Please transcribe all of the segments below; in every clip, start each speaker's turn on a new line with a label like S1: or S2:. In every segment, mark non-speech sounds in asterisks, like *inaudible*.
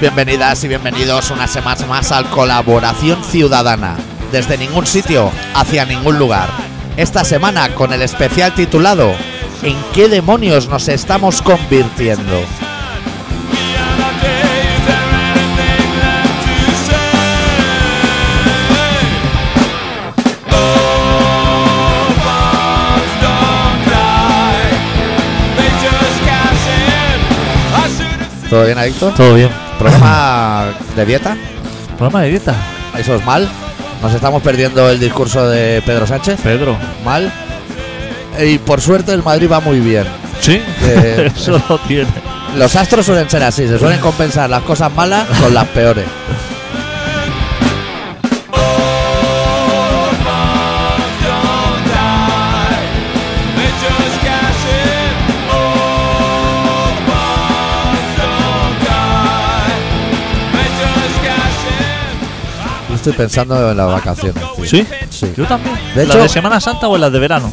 S1: Bienvenidas y bienvenidos una semana más al Colaboración Ciudadana. Desde ningún sitio, hacia ningún lugar. Esta semana con el especial titulado ¿En qué demonios nos estamos convirtiendo? ¿Todo bien, Adicto?
S2: Todo bien.
S1: ¿Programa de dieta?
S2: Programa de dieta.
S1: ¿Eso es mal? ¿Nos estamos perdiendo el discurso de Pedro Sánchez?
S2: Pedro. *laughs*
S1: ¿Mal? Y por suerte el Madrid va muy bien.
S2: Sí.
S1: Eh,
S2: Eso lo tiene.
S1: Los astros suelen ser así, se suelen compensar las cosas malas con las peores. Yo estoy pensando en las vacaciones. tío.
S2: ¿Sí?
S1: Sí.
S2: Yo también.
S1: De
S2: ¿La
S1: hecho-
S2: de Semana Santa o en las de verano?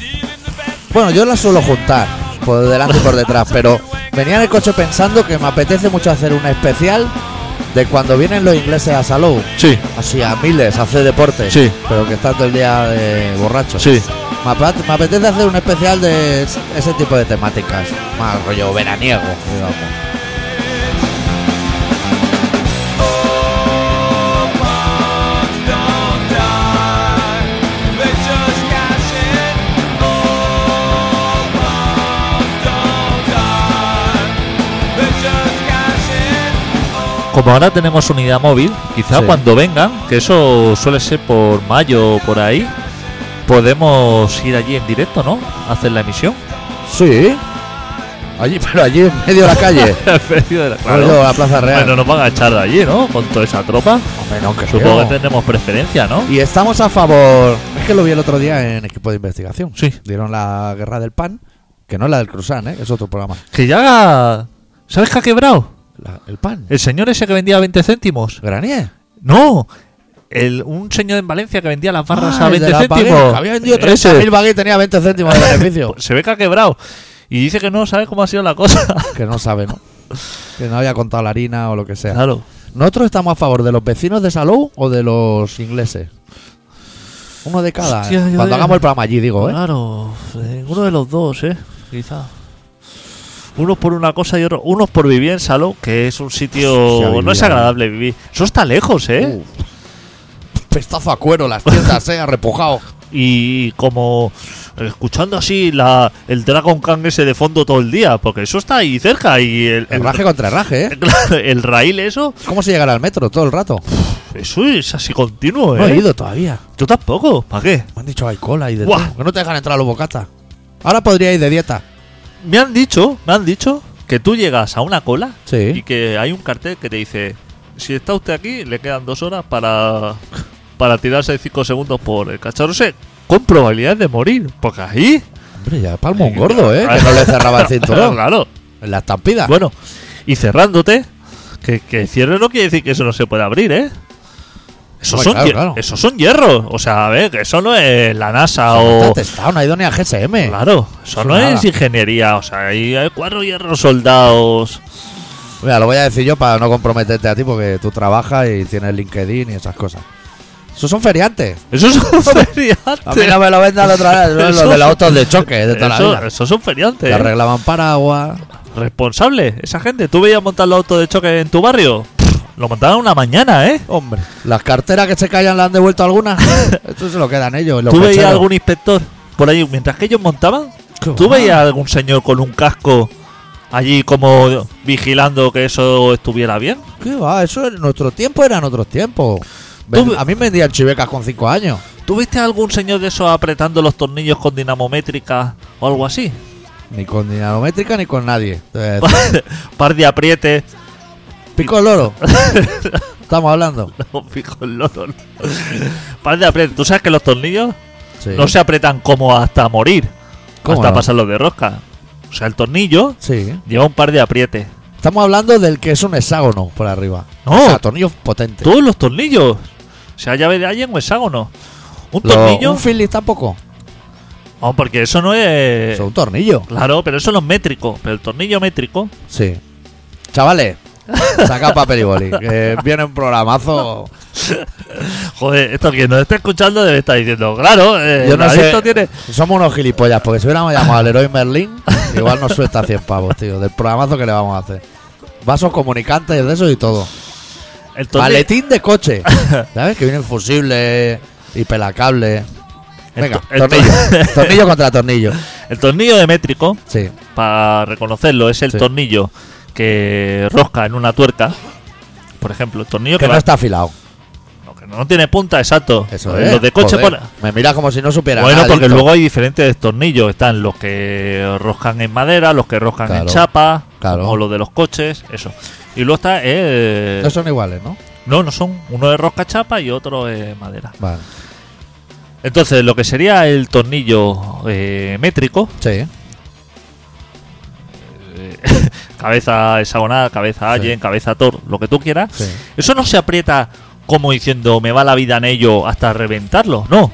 S1: Bueno, yo las suelo juntar por delante y por detrás, pero venía en el coche pensando que me apetece mucho hacer un especial de cuando vienen los ingleses a Salou.
S2: Sí.
S1: Así a miles, a hacer deporte.
S2: Sí.
S1: Pero que está todo el día de borracho.
S2: Sí.
S1: Me, apete- me apetece hacer un especial de es- ese tipo de temáticas. Más rollo veraniego, digamos.
S2: Como ahora tenemos unidad móvil, quizá
S1: Sí.
S2: cuando vengan, que eso suele ser por mayo o por ahí, podemos ir allí en directo, ¿no? Hacer la *laughs* emisión.
S1: Sí. Allí, pero allí en medio de la calle.
S2: Al precio de la- *laughs* claro.
S1: Rollo la Plaza Real.
S2: Bueno, nos van a echar de allí, ¿no? Con toda esa tropa.
S1: Hombre, no, creo.
S2: Supongo que tendremos preferencia, ¿no?
S1: Y estamos a favor. Es que lo vi el otro día en equipo de investigación.
S2: Sí.
S1: Dieron la guerra del pan, que no es la del Cruzán, ¿eh? es otro programa.
S2: Que ya... ¿Sabes qué ha quebrado?
S1: La- el pan.
S2: El señor ese que vendía 20 céntimos.
S1: Granier.
S2: No, el, un señor en Valencia que vendía las barras
S1: Ah,
S2: a
S1: el de
S2: 20
S1: las baguettes.
S2: céntimos.
S1: Había vendido
S2: Ese,
S1: 30.000 baguettes y tenía 20 céntimos de
S2: *laughs*
S1: beneficio.
S2: Se ve que ha quebrado. Y dice que no sabe cómo ha sido la
S1: *laughs*
S2: cosa.
S1: que no sabe,
S2: *laughs*
S1: ¿no? Que no había contado la harina o lo que sea.
S2: Claro.
S1: ¿Nosotros estamos a favor de los vecinos de Salou o de los ingleses? Uno de cada.
S2: Hostia,
S1: ¿eh?
S2: yo
S1: Cuando
S2: de- Ah,
S1: hagamos el programa allí, digo, ¿eh?
S2: Claro. eh, Uno de los dos, ¿eh? Quizá. Unos por una cosa y otros. Unos por vivir en Salón, que es un
S1: Hostia,
S2: sitio.
S1: vivir
S2: No es
S1: ahí. Uh.
S2: agradable vivir. Eso está lejos, ¿eh?
S1: Uf. Pestazo a cuero las tiendas, ¿eh?
S2: *laughs*
S1: Repujado.
S2: Y como. Escuchando así la, el Dragon Kang ese de fondo todo el día, porque eso está ahí cerca y el,
S1: El
S2: *laughs*
S1: raje contra raje, ¿eh?
S2: el- el raíl eso,
S1: ¿Cómo se llegará al metro todo el rato?
S2: eso es así continuo, ¿eh?
S1: No he ido todavía.
S2: Yo tampoco, ¿para qué?
S1: Me han dicho hay cola y de
S2: Buah.
S1: todo, Que no te dejan entrar a los bocatas. Ahora podría ir de dieta.
S2: Me han dicho, me han dicho que tú llegas a una cola
S1: Sí.
S2: y que hay un cartel que te dice, si está usted aquí, le quedan dos horas para, para tirarse cinco segundos por el cacharro ese, con probabilidad de morir, porque ahí...
S1: Hombre, ya palmo un gordo, ¿eh? Que no le cerraba el
S2: *laughs*
S1: cinturón.
S2: claro.
S1: En la estampida.
S2: Bueno, y cerrándote, que, que cierre no quiere decir que eso no se pueda abrir, ¿eh? Esos,
S1: Hombre,
S2: son
S1: claro,
S2: hier-
S1: claro.
S2: esos son hierros, o sea, a ver, que eso no es la NASA
S1: No
S2: o...
S1: está testado, no ha ido ni a GSM.
S2: Claro, eso
S1: Eso
S2: no
S1: nada.
S2: es ingeniería, o sea, ahí hay cuatro hierros soldados.
S1: Mira, lo voy a decir yo para no comprometerte a ti porque tú trabajas y tienes LinkedIn y esas cosas. Esos son feriantes.
S2: Eso es un
S1: A mí
S2: feriante.
S1: no me lo vendan otra vez. Son los de los autos de choque de toda la
S2: Eso-
S1: vida.
S2: Eso es un feriante. ¿eh?
S1: Que arreglaban paraguas.
S2: Responsable, esa gente. Tú veías montar los autos de choque en tu barrio. Pff, Lo montaban una mañana, ¿eh?
S1: Hombre, las carteras que se callan las han devuelto algunas. *laughs* Esto se lo quedan ellos. los
S2: Tú veías
S1: cocheros.
S2: algún inspector por ahí mientras que ellos montaban.
S1: Qué
S2: Tú
S1: va.
S2: veías algún señor con un casco allí como vigilando que eso estuviera bien.
S1: ¿Qué va? Eso en nuestro tiempo eran otros tiempos. Ven-
S2: Tú-
S1: a mí me vendían chivecas con 5 años.
S2: ¿Tú viste a algún señor de esos apretando los tornillos con dinamométrica o algo así?
S1: Ni con dinamométrica ni con nadie. te voy a decir.
S2: Par- Par de aprietes.
S1: *laughs*
S2: *laughs*
S1: Pico el loro. Estamos hablando.
S2: No, fijo el loro. Par de aprietes. ¿Tú sabes que los tornillos
S1: Sí.
S2: no se apretan como hasta morir,
S1: ¿Cómo
S2: hasta
S1: no?
S2: pasarlo de rosca. O sea, el tornillo
S1: Sí.
S2: lleva un par de aprietes.
S1: Estamos hablando del que es un hexágono por arriba.
S2: No.
S1: O sea, tornillo potente.
S2: Todos los tornillos. O sea, llave de alguien o hexágono. Un
S1: Lo-
S2: tornillo.
S1: ¿Un Phillips tampoco?
S2: Oh, porque eso no es.
S1: Eso, un tornillo.
S2: Claro, pero eso no es métrico. Pero el tornillo métrico.
S1: Sí. Chavales, Saca papel y boli. Que viene un programazo.
S2: Joder, esto quien nos está escuchando debe estar diciendo, claro, eh,
S1: Yo no sé.
S2: esto tiene.
S1: Somos unos gilipollas, porque si hubiéramos llamado al héroe
S2: *laughs*
S1: Merlín, igual nos suelta 100 pavos, tío, del programazo que le vamos a hacer. Vasos comunicantes de eso y todo.
S2: Entonces,
S1: Maletín de
S2: *laughs*
S1: coche. ¿Sabes? Que vienen fusibles y pelacables. Venga,
S2: El to- el
S1: tornillo.
S2: to-
S1: tornillo contra tornillo.
S2: *laughs* el tornillo de métrico,
S1: Sí.
S2: para reconocerlo, es el
S1: Sí.
S2: tornillo que rosca en una tuerca. Por ejemplo, el tornillo que,
S1: Que no
S2: va-
S1: está afilado.
S2: no, que no tiene punta, exacto.
S1: Eso
S2: Eh,
S1: es.
S2: Los de coche
S1: Joder,
S2: pone-
S1: Me mira como si no supiera
S2: Bueno,
S1: nada,
S2: porque
S1: listo.
S2: luego hay diferentes tornillos. Están los que roscan en madera, los que roscan en
S1: Claro.
S2: chapa,
S1: Claro.
S2: como los de los coches, eso. Y luego está. eh,
S1: No son iguales, ¿no?
S2: no, no son. Uno es rosca chapa y otro es madera.
S1: Vale.
S2: Entonces, lo que sería el tornillo eh, métrico,
S1: Sí.
S2: eh, cabeza hexagonal, cabeza
S1: Sí.
S2: allen, cabeza tor, lo que tú quieras,
S1: Sí.
S2: eso no se aprieta como diciendo me va la vida en ello hasta reventarlo, no.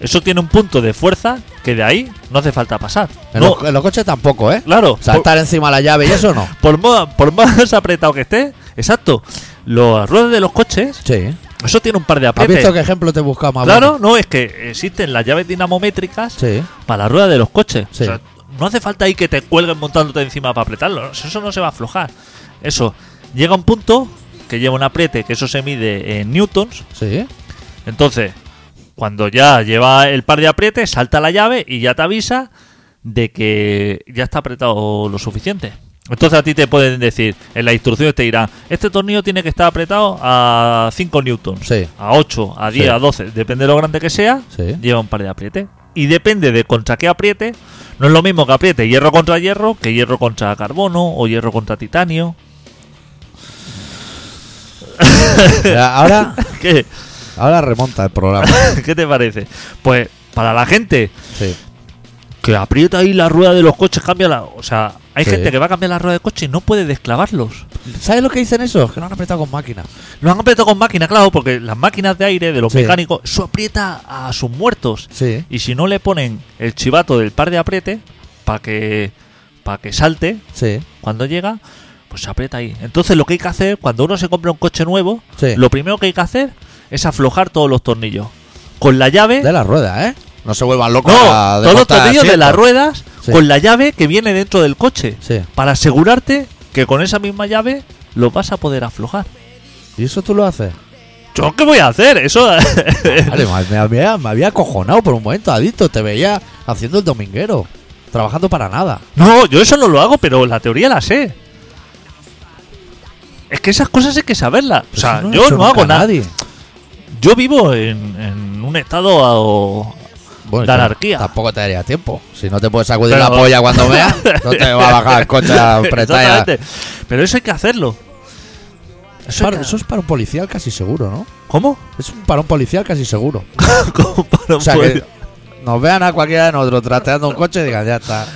S2: Eso tiene un punto de fuerza que de ahí no hace falta pasar.
S1: En,
S2: no,
S1: los, en los coches tampoco, ¿eh?
S2: claro. por-
S1: Saltar encima la llave y eso no.
S2: Por, mo- por más *laughs* apretado que esté, exacto. Los ruedas de los coches,
S1: Sí.
S2: eso tiene un par de
S1: ¿Has visto
S2: aprietes.
S1: qué ejemplo te he buscado más
S2: Claro,
S1: bueno?
S2: no, es que existen las llaves dinamométricas
S1: Sí.
S2: para las ruedas de los coches.
S1: Sí.
S2: O sea, no hace falta ahí que te cuelguen montándote encima para apretarlo. Eso no se va a aflojar. Eso llega a un punto que lleva un apriete, que eso se mide en newtons.
S1: Sí.
S2: Entonces, cuando ya lleva el par de aprietes, salta la llave y ya te avisa de que ya está apretado lo suficiente. Entonces a ti te pueden decir, en las instrucciones te dirán, este tornillo tiene que estar apretado a 5 newtons,
S1: Sí.
S2: a 8, a 10,
S1: Sí.
S2: a 12, depende de lo grande que sea,
S1: Sí.
S2: lleva un par de aprietes. Y depende de contra qué apriete, no es lo mismo que apriete hierro contra hierro que hierro contra carbono o hierro contra titanio. *laughs* *laughs*
S1: Ahora,
S2: ¿Qué,
S1: ahora remonta el programa.
S2: ¿Qué te parece? Pues para la gente
S1: Sí.
S2: que aprieta ahí la rueda de los coches, cambia la. O sea, hay
S1: Sí.
S2: gente que va a cambiar la rueda de coche y no puede desclavarlos.
S1: ¿Sabes lo que dicen esos? Que no han apretado con máquinas.
S2: Lo han apretado con máquina, claro, porque las máquinas de aire de los
S1: Sí.
S2: mecánicos, eso aprieta a sus muertos.
S1: Sí.
S2: Y si no le ponen el chivato del par de apriete para que, para que salte
S1: Sí.
S2: cuando llega, pues se aprieta ahí. Entonces, lo que hay que hacer cuando uno se compra un coche nuevo,
S1: Sí.
S2: lo primero que hay que hacer es aflojar todos los tornillos. Con la llave
S1: De la rueda, ¿eh? No se vuelvan locos.
S2: No,
S1: a
S2: todos los
S1: desmontar
S2: tornillos de
S1: asientos.
S2: las ruedas
S1: Sí.
S2: con la llave que viene dentro del coche.
S1: Sí.
S2: Para asegurarte que con esa misma llave lo vas a poder aflojar.
S1: ¿Y eso tú lo haces?
S2: *laughs* ¿Yo qué voy a hacer? Eso.
S1: Vale, me, me había, me había acojonado por un momento, adicto. Te veía haciendo el dominguero. Trabajando para nada.
S2: *laughs* no, yo eso no lo hago, pero la teoría la sé. Es que esas cosas hay que saberlas. O
S1: Pero
S2: sea,
S1: Pues eso lo ha
S2: yo
S1: hecho
S2: no hago
S1: nunca
S2: nada.
S1: Nadie.
S2: Yo vivo en, en un estado a- o-
S1: Bueno,
S2: de
S1: yo
S2: anarquía.
S1: Tampoco te daría tiempo. Si no te puedes sacudir la
S2: Pero-
S1: polla
S2: *laughs*
S1: cuando veas, no te va a bajar el coche a apretar y a-
S2: Exactamente. Pero eso hay que hacerlo.
S1: Es
S2: Eso hay
S1: para-
S2: que-
S1: Eso es para un policial casi seguro, ¿no?
S2: ¿Cómo? *laughs*
S1: Es un- para un policial casi seguro.
S2: ¿Cómo para
S1: O sea,
S2: un
S1: que
S2: poder?
S1: nos vean a cualquiera de nosotros trasteando un coche y digan, ya está,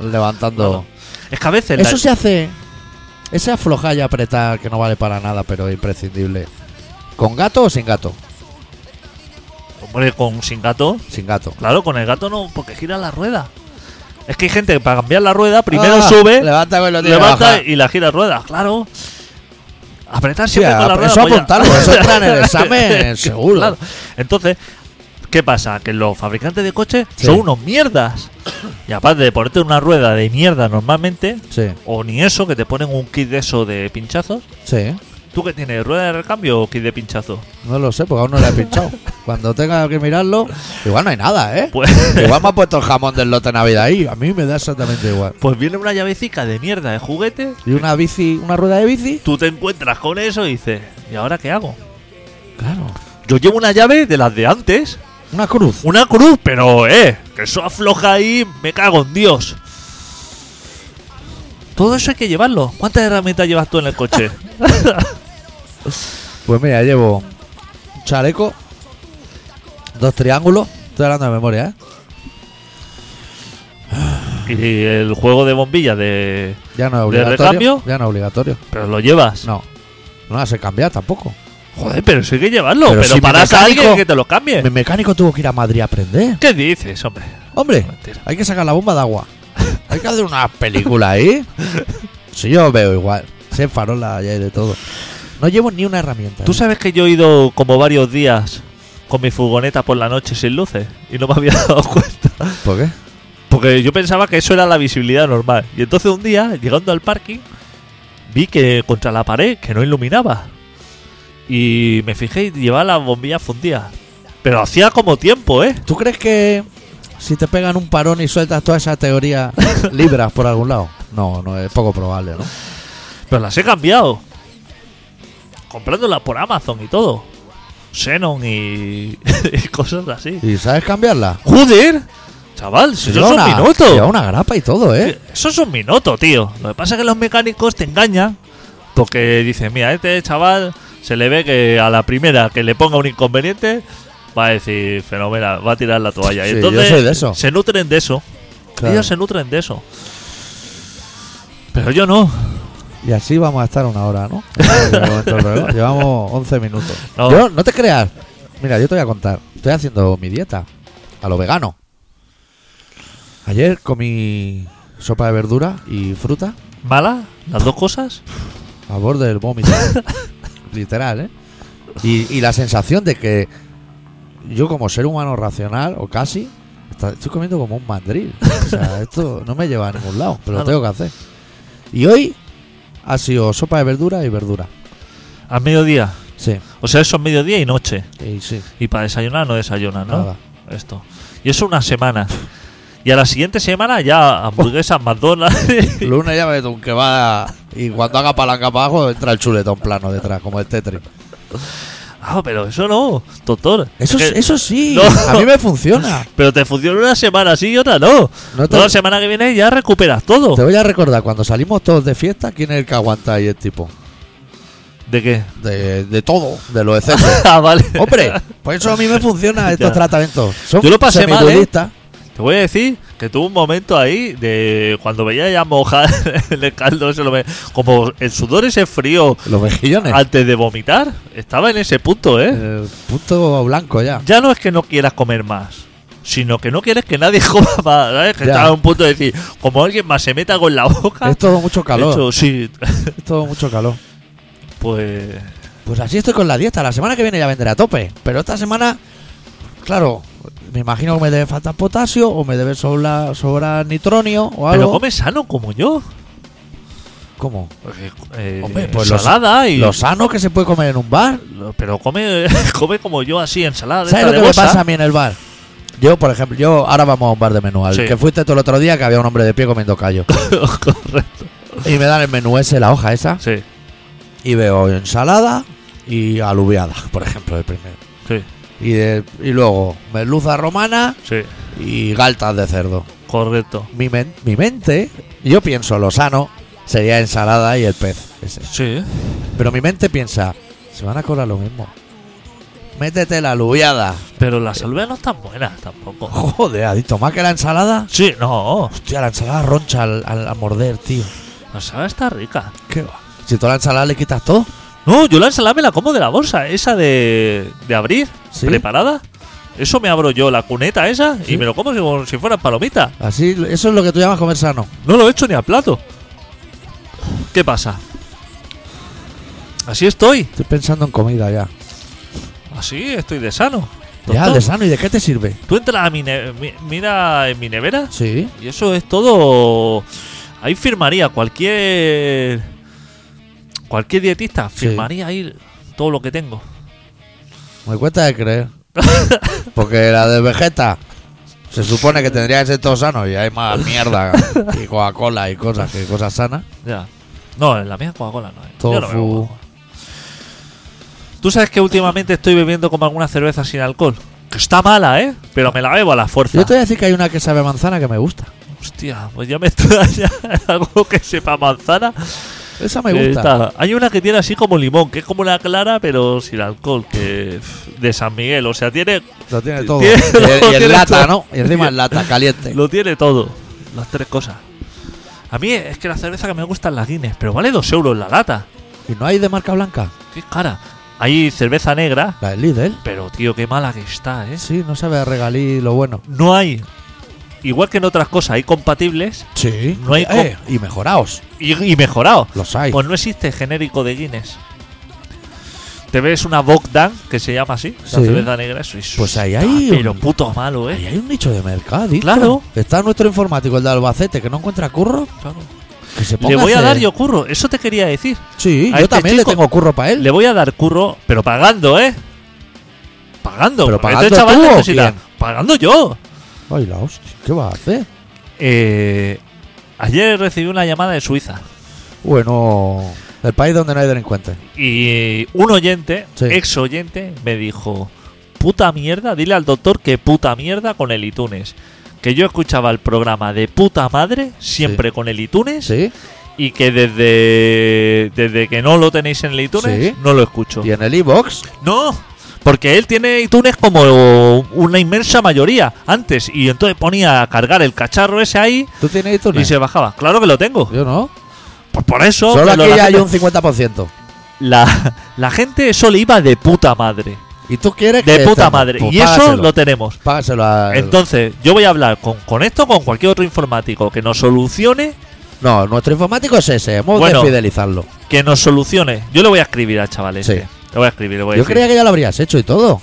S1: levantando.
S2: Es que a veces la-
S1: Eso se hace. Ese aflojar y apretar que no vale para nada, pero es imprescindible. ¿Con gato o sin gato?
S2: Hombre, con sin gato,
S1: Sin gato.
S2: claro, con el gato no, porque gira la rueda. Es que hay gente que para cambiar la rueda primero
S1: Ah,
S2: sube,
S1: Levanta y lo tiene que
S2: levanta
S1: bajar.
S2: y la gira rueda, claro. Apretar
S1: Sí,
S2: siempre con la
S1: ap-
S2: rueda.
S1: eso
S2: pues ya. *laughs*
S1: apuntarlo, eso entra en el examen, seguro.
S2: Claro. Entonces, ¿qué pasa? Que los fabricantes de coches
S1: Sí.
S2: son unos mierdas. Y aparte de ponerte una rueda de mierda normalmente,
S1: Sí,
S2: o ni eso, que te ponen un kit de eso de pinchazos.
S1: sí.
S2: ¿Tú qué tienes? ¿Rueda de recambio o kit de pinchazo?
S1: No lo sé, porque aún no le he *laughs* pinchado. Cuando tenga que mirarlo, igual no hay nada, ¿eh? *laughs*
S2: Pues,
S1: Igual me ha puesto el jamón del lote de Navidad ahí. A mí me da exactamente igual.
S2: pues viene una llavecica de mierda de juguete
S1: Y una bici, una rueda de bici.
S2: tú te encuentras con eso y dices, ¿y ahora qué hago?
S1: Claro.
S2: Yo llevo una llave de las de antes,
S1: Una cruz.
S2: una cruz, pero eh, que eso afloja ahí, me cago en Dios. Todo eso hay que llevarlo. ¿Cuántas herramientas llevas tú en el coche?
S1: Pues mira, llevo un chaleco, dos triángulos. Estoy hablando de memoria, ¿eh?
S2: *laughs* y el juego de bombillas de.
S1: Ya no es
S2: ¿De
S1: obligatorio.
S2: recambio?
S1: ya no es obligatorio.
S2: Pero lo llevas.
S1: No. No las he cambiado tampoco.
S2: Joder, pero eso hay que llevarlo. Pero,
S1: Pero si mi
S2: paras a
S1: mecánico-
S2: alguien que te lo cambie.
S1: Mi mecánico tuvo que ir a Madrid a aprender.
S2: ¿Qué dices, hombre?
S1: Hombre,
S2: Mentira. *laughs*
S1: hay que sacar la bomba de agua. Hay que hacer una película ahí. Si yo veo igual. Sé farola ya hay de todo. No llevo ni una herramienta.
S2: Tú
S1: ¿eh?
S2: sabes que yo he ido como varios días con mi furgoneta por la noche sin luces y no me había *laughs* dado cuenta.
S1: ¿Por qué?
S2: Porque yo pensaba que eso era la visibilidad normal. Y entonces un día, llegando al parking, vi que contra la pared que no iluminaba. Y me fijé y llevaba las bombillas fundidas. Pero hacía como tiempo, ¿eh?
S1: ¿Tú crees que si te pegan un parón y sueltas toda esa
S2: *laughs*
S1: teoría, libras por algún lado? No, no, es poco probable, ¿no?
S2: Pero las he cambiado. Comprándolas por Amazon y todo. Xenon y, *laughs* y cosas así.
S1: ¿Y sabes cambiarla?
S2: ¡Joder! Chaval, si eso es un
S1: Lleva una-
S2: minuto.
S1: Lleva una grapa y todo, ¿eh?
S2: Eso es un minuto, tío. Lo que pasa es que los mecánicos te engañan. Porque dicen, mira, este chaval se le ve que a la primera que le ponga un inconveniente va a decir, fenomenal, va a tirar la toalla. y
S1: Sí, yo
S2: entonces
S1: soy de eso.
S2: se nutren de eso.
S1: Claro.
S2: Ellos se nutren de eso. Pero yo no.
S1: Y así vamos a estar una hora, *laughs* ¿no? En el momento del reloj. Llevamos 11 minutos.
S2: No.
S1: Yo, no te creas. Mira, yo te voy a contar. Estoy haciendo mi dieta a lo vegano. Ayer comí sopa de verdura y fruta
S2: ¿Mala? ¿Las dos cosas?
S1: a borde del
S2: *laughs*
S1: vómito. Literal, ¿eh? Y, y la sensación de que yo como ser humano racional, o casi, está- estoy comiendo como un mandril. O
S2: *laughs*
S1: sea, esto no me lleva a ningún lado, pero lo
S2: Claro.
S1: tengo que hacer. Y hoy ha sido sopa de verdura y verdura.
S2: Al mediodía.
S1: Sí,
S2: O sea, eso es mediodía y noche.
S1: y sí.
S2: Y para desayunar no desayunan, ¿no? *laughs*
S1: Nada.
S2: Esto. Y eso una semana. Y a la siguiente semana ya hamburguesas,
S1: *laughs*
S2: McDonald's.
S1: Lunes ya me un que va y cuando haga palanca para abajo entra el chuletón plano detrás, como el Tetris.
S2: Ah, pero eso no, doctor.
S1: Eso,
S2: Es
S1: es-
S2: que-
S1: eso sí,
S2: No.
S1: a mí me funciona.
S2: Pero te funciona una semana sí y otra *laughs* no.
S1: No te-
S2: Toda la semana que viene ya recuperas todo.
S1: Te voy a recordar, cuando salimos todos de fiesta, ¿quién es el que aguanta ahí el tipo?
S2: ¿De qué? *laughs*
S1: De, de todo, de los excesos.
S2: ah, vale.
S1: Hombre, pues eso a mí me
S2: *laughs*
S1: funciona estos
S2: Ya.
S1: tratamientos. Son
S2: Yo lo pasé mal, ¿eh?
S1: semidudistas.
S2: Te voy a decir que tuve un momento ahí de cuando veía ya mojar *laughs* el caldo, se lo ve- como el sudor ese frío
S1: Los mejillones.
S2: antes de vomitar. Estaba en ese punto, ¿eh?
S1: Eh, punto blanco ya.
S2: Ya no es que no quieras comer más, sino que no quieres que nadie *laughs* coma más. ¿sabes? Que
S1: Ya.
S2: estaba en un punto de decir, como alguien más se meta con la boca.
S1: Es todo mucho calor.
S2: Eso, sí,
S1: Es todo mucho calor.
S2: pues.
S1: Pues así estoy con la dieta. La semana que viene ya vendré a tope. Pero esta semana, claro, me imagino que me debe faltar potasio o me debe sobrar, sobrar nitronio o algo.
S2: Pero come sano como yo.
S1: ¿Cómo?
S2: Eh,
S1: Hombre, pues los-
S2: ensalada y.
S1: Lo sano que se puede comer en un bar.
S2: lo- Pero come, *laughs* come como yo así, ensalada. de
S1: ¿Sabes
S2: esta
S1: lo
S2: de
S1: que me
S2: bolsa.
S1: pasa a mí en el bar? Yo, por ejemplo, yo ahora vamos a un bar de menú. Al
S2: Sí.
S1: que fuiste tú el otro día que había un hombre de pie comiendo
S2: *laughs*
S1: callo.
S2: Correcto.
S1: y me dan el menú ese, la hoja esa.
S2: Sí,
S1: Y veo ensalada y alubiada, por ejemplo, el primero.
S2: sí,
S1: Y, de- y luego merluza romana
S2: sí.
S1: y galtas de cerdo.
S2: Correcto.
S1: mi, men- mi mente, yo pienso lo sano, sería ensalada y el pez. ese.
S2: Sí.
S1: Pero mi mente piensa, se van a cobrar lo mismo. Métete la alubiada.
S2: Pero las alveas no están buenas tampoco.
S1: Joder, adicto, más que la ensalada.
S2: Sí, no.
S1: Hostia, la ensalada roncha al, al- al morder, tío.
S2: La ensalada está rica.
S1: ¿Qué va? Si toda la ensalada le quitas todo.
S2: No, yo la ensalada me la como de la bolsa, esa de, de abrir,
S1: ¿Sí?
S2: preparada. Eso me abro yo, la cuneta esa,
S1: ¿Sí?
S2: y me lo como como si fueran palomitas.
S1: Así, eso es lo que tú llamas comer sano.
S2: No lo he hecho ni al plato. ¿Qué pasa? Así estoy.
S1: Estoy pensando en comida ya.
S2: Así estoy de sano.
S1: Ya,
S2: Doctor,
S1: de sano, ¿y de qué te sirve?
S2: Tú entras a mi, ne- mi- mira en mi nevera
S1: Sí.
S2: y eso es todo. Ahí firmaría cualquier cualquier dietista
S1: Sí.
S2: firmaría ahí todo lo que tengo.
S1: Me cuesta de *laughs* creer. Porque la de Vegeta se supone que tendría que ser todo sano y hay más mierda y Coca-Cola y cosas que cosas sanas.
S2: Ya. No, en la mía Coca-Cola no. eh. Yo no bebo
S1: Tofu.
S2: Coca-Cola. Tú sabes que últimamente estoy bebiendo como alguna cerveza sin alcohol. Que está mala, ¿eh? Pero me la bebo a la fuerza.
S1: Yo te voy a decir que hay una que sabe a manzana que me gusta.
S2: Hostia, pues *laughs* ya me extraña algo que sepa manzana.
S1: Esa me
S2: Eh,
S1: gusta.
S2: está. Hay una que tiene así como limón, que es como una clara, pero sin alcohol, que pf, de San Miguel. O sea, tiene
S1: Lo tiene todo.
S2: Tiene-
S1: y el- y
S2: tiene
S1: en lata,
S2: todo.
S1: ¿no? Y encima en lata, caliente.
S2: lo tiene todo. Las tres cosas. A mí es que la cerveza que me gusta es la Guinness, pero vale dos euros la lata.
S1: ¿Y no hay de marca blanca?
S2: Qué cara. Hay cerveza negra,
S1: La del Lidl.
S2: pero tío, qué mala que está, ¿eh?
S1: Sí, no sabe a regalí lo bueno.
S2: No hay. igual que en otras cosas hay compatibles
S1: Sí.
S2: No hay
S1: Eh, y mejoraos.
S2: y, y mejorados.
S1: Los hay.
S2: Pues no existe genérico de Guinness. Te ves una Bogdan que se llama así, la
S1: Sí.
S2: cerveza negra. Eso, es-
S1: Pues ahí
S2: está,
S1: hay un-
S2: Pero puto malo,
S1: Ahí
S2: eh.
S1: hay un nicho de mercado. Íñigo.
S2: Claro.
S1: Está nuestro informático, el de Albacete, que no encuentra curro.
S2: Claro.
S1: Que se ponga
S2: Le voy a
S1: hacer-
S2: dar yo curro, eso te quería decir.
S1: Sí,
S2: a
S1: yo
S2: este
S1: también
S2: chico.
S1: le tengo curro para él.
S2: Le voy a dar curro, pero pagando, eh. Pagando.
S1: ¿Pero
S2: porque
S1: pagando
S2: este chaval
S1: tú o
S2: necesita.
S1: quién?
S2: Pagando yo.
S1: Ay, la hostia. ¿Qué va a hacer?
S2: Eh, ayer recibí una llamada de Suiza.
S1: Bueno, el país donde no hay delincuentes.
S2: Y un oyente,
S1: Sí.
S2: ex oyente, me dijo: Puta mierda, dile al doctor que puta mierda con el iTunes. Que yo escuchaba el programa de puta madre, siempre con el iTunes,
S1: Sí.
S2: y que desde, desde que no lo tenéis en el iTunes,
S1: Sí.
S2: no lo escucho.
S1: Y en el iBox.
S2: No, porque él tiene iTunes como una inmensa mayoría antes, y entonces ponía a cargar el cacharro ese ahí
S1: ¿Tú tienes iTunes?
S2: y se bajaba. Claro que lo tengo.
S1: Yo no.
S2: Pues por eso.
S1: Solo
S2: me lo
S1: aquí ya hay
S2: lanzo.
S1: un 50%.
S2: la, la gente eso le iba de puta madre.
S1: Y tú quieres que
S2: De puta
S1: estemos?
S2: madre.
S1: Pues
S2: y eso
S1: págaselo.
S2: lo tenemos.
S1: Págaselo a.
S2: Entonces, yo voy a hablar con, con esto, con cualquier otro informático que nos solucione,
S1: No, nuestro informático es ese. Hemos
S2: Bueno.
S1: de fidelizarlo.
S2: que nos solucione. Yo le voy a escribir al chaval este.
S1: Sí.
S2: Le voy a escribir, le voy a
S1: Yo
S2: decir.
S1: creía que ya lo habrías hecho y todo.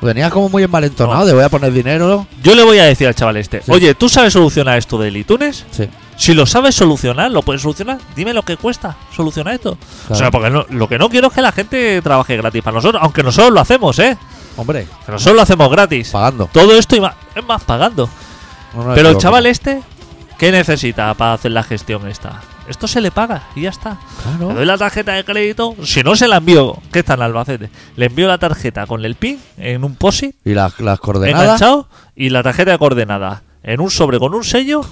S1: Venías como muy envalentonado
S2: No.
S1: de voy a poner dinero.
S2: Yo le voy a decir al chaval este,
S1: Sí.
S2: oye, ¿tú sabes solucionar esto del iTunes?
S1: Sí.
S2: Si lo sabes solucionar, lo puedes solucionar. Dime lo que cuesta solucionar esto. O
S1: Claro.
S2: sea, porque no- lo que no quiero es que la gente trabaje gratis para nosotros, aunque nosotros lo hacemos, ¿eh?
S1: Hombre,
S2: Que nosotros lo hacemos gratis.
S1: pagando.
S2: Todo esto y más, es más pagando.
S1: No, no,
S2: Pero el
S1: equivoco.
S2: chaval este, ¿qué necesita para hacer la gestión esta? Esto se le paga y ya está. Le
S1: Claro.
S2: doy la tarjeta de crédito, si no se la envío, que está en Albacete, le envío la tarjeta con el PIN en un POSIT
S1: Y las, las coordenadas.
S2: enganchado y la tarjeta de coordenadas en un sobre con un sello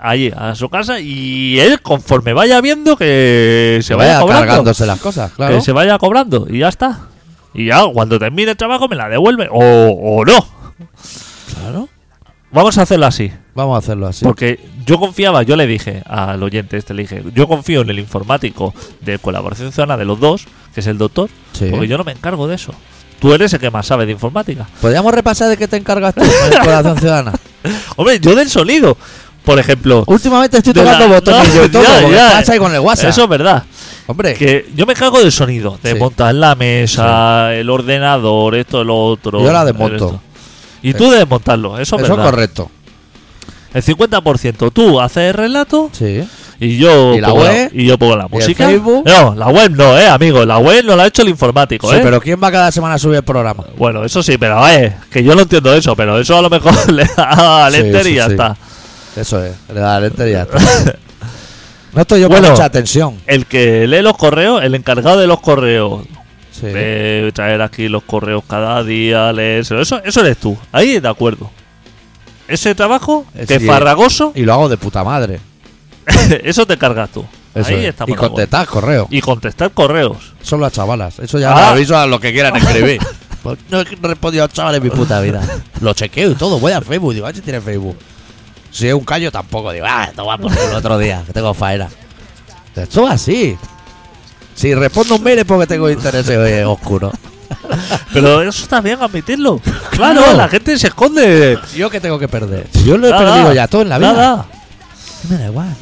S2: allí a su casa y él conforme vaya viendo que se
S1: que
S2: vaya,
S1: vaya
S2: cobrando,
S1: cargándose las cosas, claro.
S2: que se vaya cobrando y ya está. Y ya cuando termine el trabajo me la devuelve o, o no.
S1: Claro.
S2: Vamos a hacerlo así.
S1: Vamos a hacerlo así.
S2: Porque yo confiaba, yo le dije al oyente este, le dije, yo confío en el informático de colaboración ciudadana de los dos, que es el doctor,
S1: Sí.
S2: porque yo no me encargo de eso. Tú eres el que más sabe de informática.
S1: Podríamos repasar de qué te encargas tú
S2: *laughs*
S1: en Corazón Ciudadana.
S2: Hombre, yo del sonido, por ejemplo.
S1: Últimamente estoy
S2: Pues, de
S1: tocando
S2: la-
S1: botones
S2: no,
S1: yo y todo,
S2: ya,
S1: porque
S2: ya,
S1: pasa ahí con el WhatsApp.
S2: Eso es verdad.
S1: Hombre,
S2: Que yo me encargo del sonido, de
S1: Sí.
S2: montar la mesa, el ordenador, esto, lo otro.
S1: Yo la
S2: el
S1: desmonto.
S2: esto. Y tú de desmontarlo,
S1: eso
S2: eso es
S1: es
S2: verdad.
S1: correcto.
S2: El 50% tú haces el relato
S1: Sí.
S2: Y yo,
S1: ¿Y la
S2: pongo
S1: web?
S2: y yo pongo la música.
S1: Facebook?
S2: No, la web no, eh, amigo. La web no la ha hecho el informático,
S1: Sí,
S2: eh.
S1: pero ¿quién va cada semana a subir el programa?
S2: Bueno, eso sí, pero eh, que yo no entiendo eso, pero eso a lo mejor *laughs* le da al
S1: Sí,
S2: enter y
S1: sí,
S2: ya
S1: sí.
S2: está.
S1: Eso es, le da la letra y ya está.
S2: *laughs*
S1: No estoy yo
S2: Bueno.
S1: con mucha atención.
S2: El que lee los correos, el encargado de los correos,
S1: Sí.
S2: de traer aquí los correos cada día, leerse, eso, eso eres tú. Ahí de acuerdo. Ese trabajo,
S1: Eh,
S2: que es
S1: sí.
S2: farragoso,
S1: Y lo hago de puta madre.
S2: *laughs* eso te cargas tú.
S1: Eso
S2: Ahí
S1: es.
S2: estamos.
S1: Y
S2: de acuerdo.
S1: contestar correo.
S2: y contestar correos.
S1: Solo a chavalas. Eso ya
S2: Ah.
S1: me aviso a los que *laughs* quieran escribir. Pues no he respondido a chavales en mi puta *laughs* vida. Lo chequeo y todo. Voy a Facebook. Digo, a ver si tiene Facebook. Si es un callo, tampoco. Digo, ah, esto va por el otro día, que tengo faena. Esto va así. Si respondo un mail es porque tengo interés eh, oscuro. *laughs*
S2: Pero eso está bien admitirlo. Claro,
S1: Claro.
S2: la gente se esconde.
S1: ¿Yo qué tengo que perder? Si yo lo he
S2: Nada,
S1: perdido ya todo en la vida.
S2: nada.
S1: Me da igual.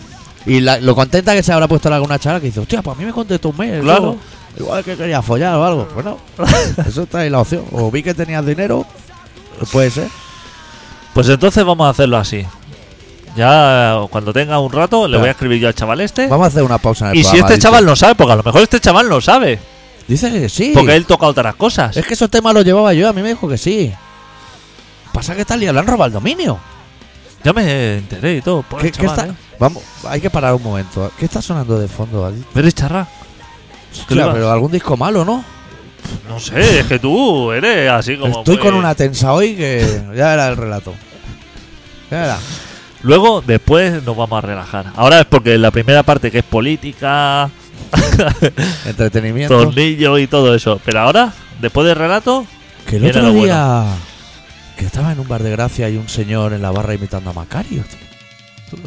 S1: Y la- lo contenta que se habrá puesto alguna chava que dice, hostia, pues a mí me contestó un mail.
S2: Claro.
S1: ¿no? Igual que quería follar o algo. Bueno, *laughs* eso está ahí la opción. O vi que tenías dinero, pues puede ser.
S2: Pues entonces vamos a hacerlo así. Ya cuando tenga un rato le
S1: Ya.
S2: voy a escribir yo al chaval este.
S1: Vamos a hacer una pausa en el
S2: Y si
S1: programa,
S2: este
S1: dice.
S2: chaval no sabe, porque a lo mejor este chaval no sabe,
S1: Dice que sí.
S2: porque él toca otras cosas.
S1: Es que esos temas los llevaba yo, a mí me dijo que sí. Pasa que tal y le han robado el dominio.
S2: Ya me enteré y todo. Pobre
S1: ¿Qué- qué
S2: chaval,
S1: está-
S2: ¿eh?
S1: Vamos, hay que parar un momento. ¿Qué está sonando de fondo?
S2: Pero es charra. ¿Qué le
S1: Claro,
S2: va?
S1: pero algún disco malo, ¿no?
S2: No sé, es que tú eres así como.
S1: Estoy
S2: pues.
S1: con una tensa hoy que ya era el relato. Ya
S2: *laughs*
S1: verás.
S2: Luego, después nos vamos a relajar. Ahora es porque la primera parte que es política,
S1: Entretenimiento.
S2: tornillo y todo eso. Pero ahora, después del relato,
S1: Que el
S2: Viene
S1: otro
S2: lo
S1: día que estaba en un bar de gracia y un señor en la barra imitando a Macario.
S2: *laughs*
S1: tío.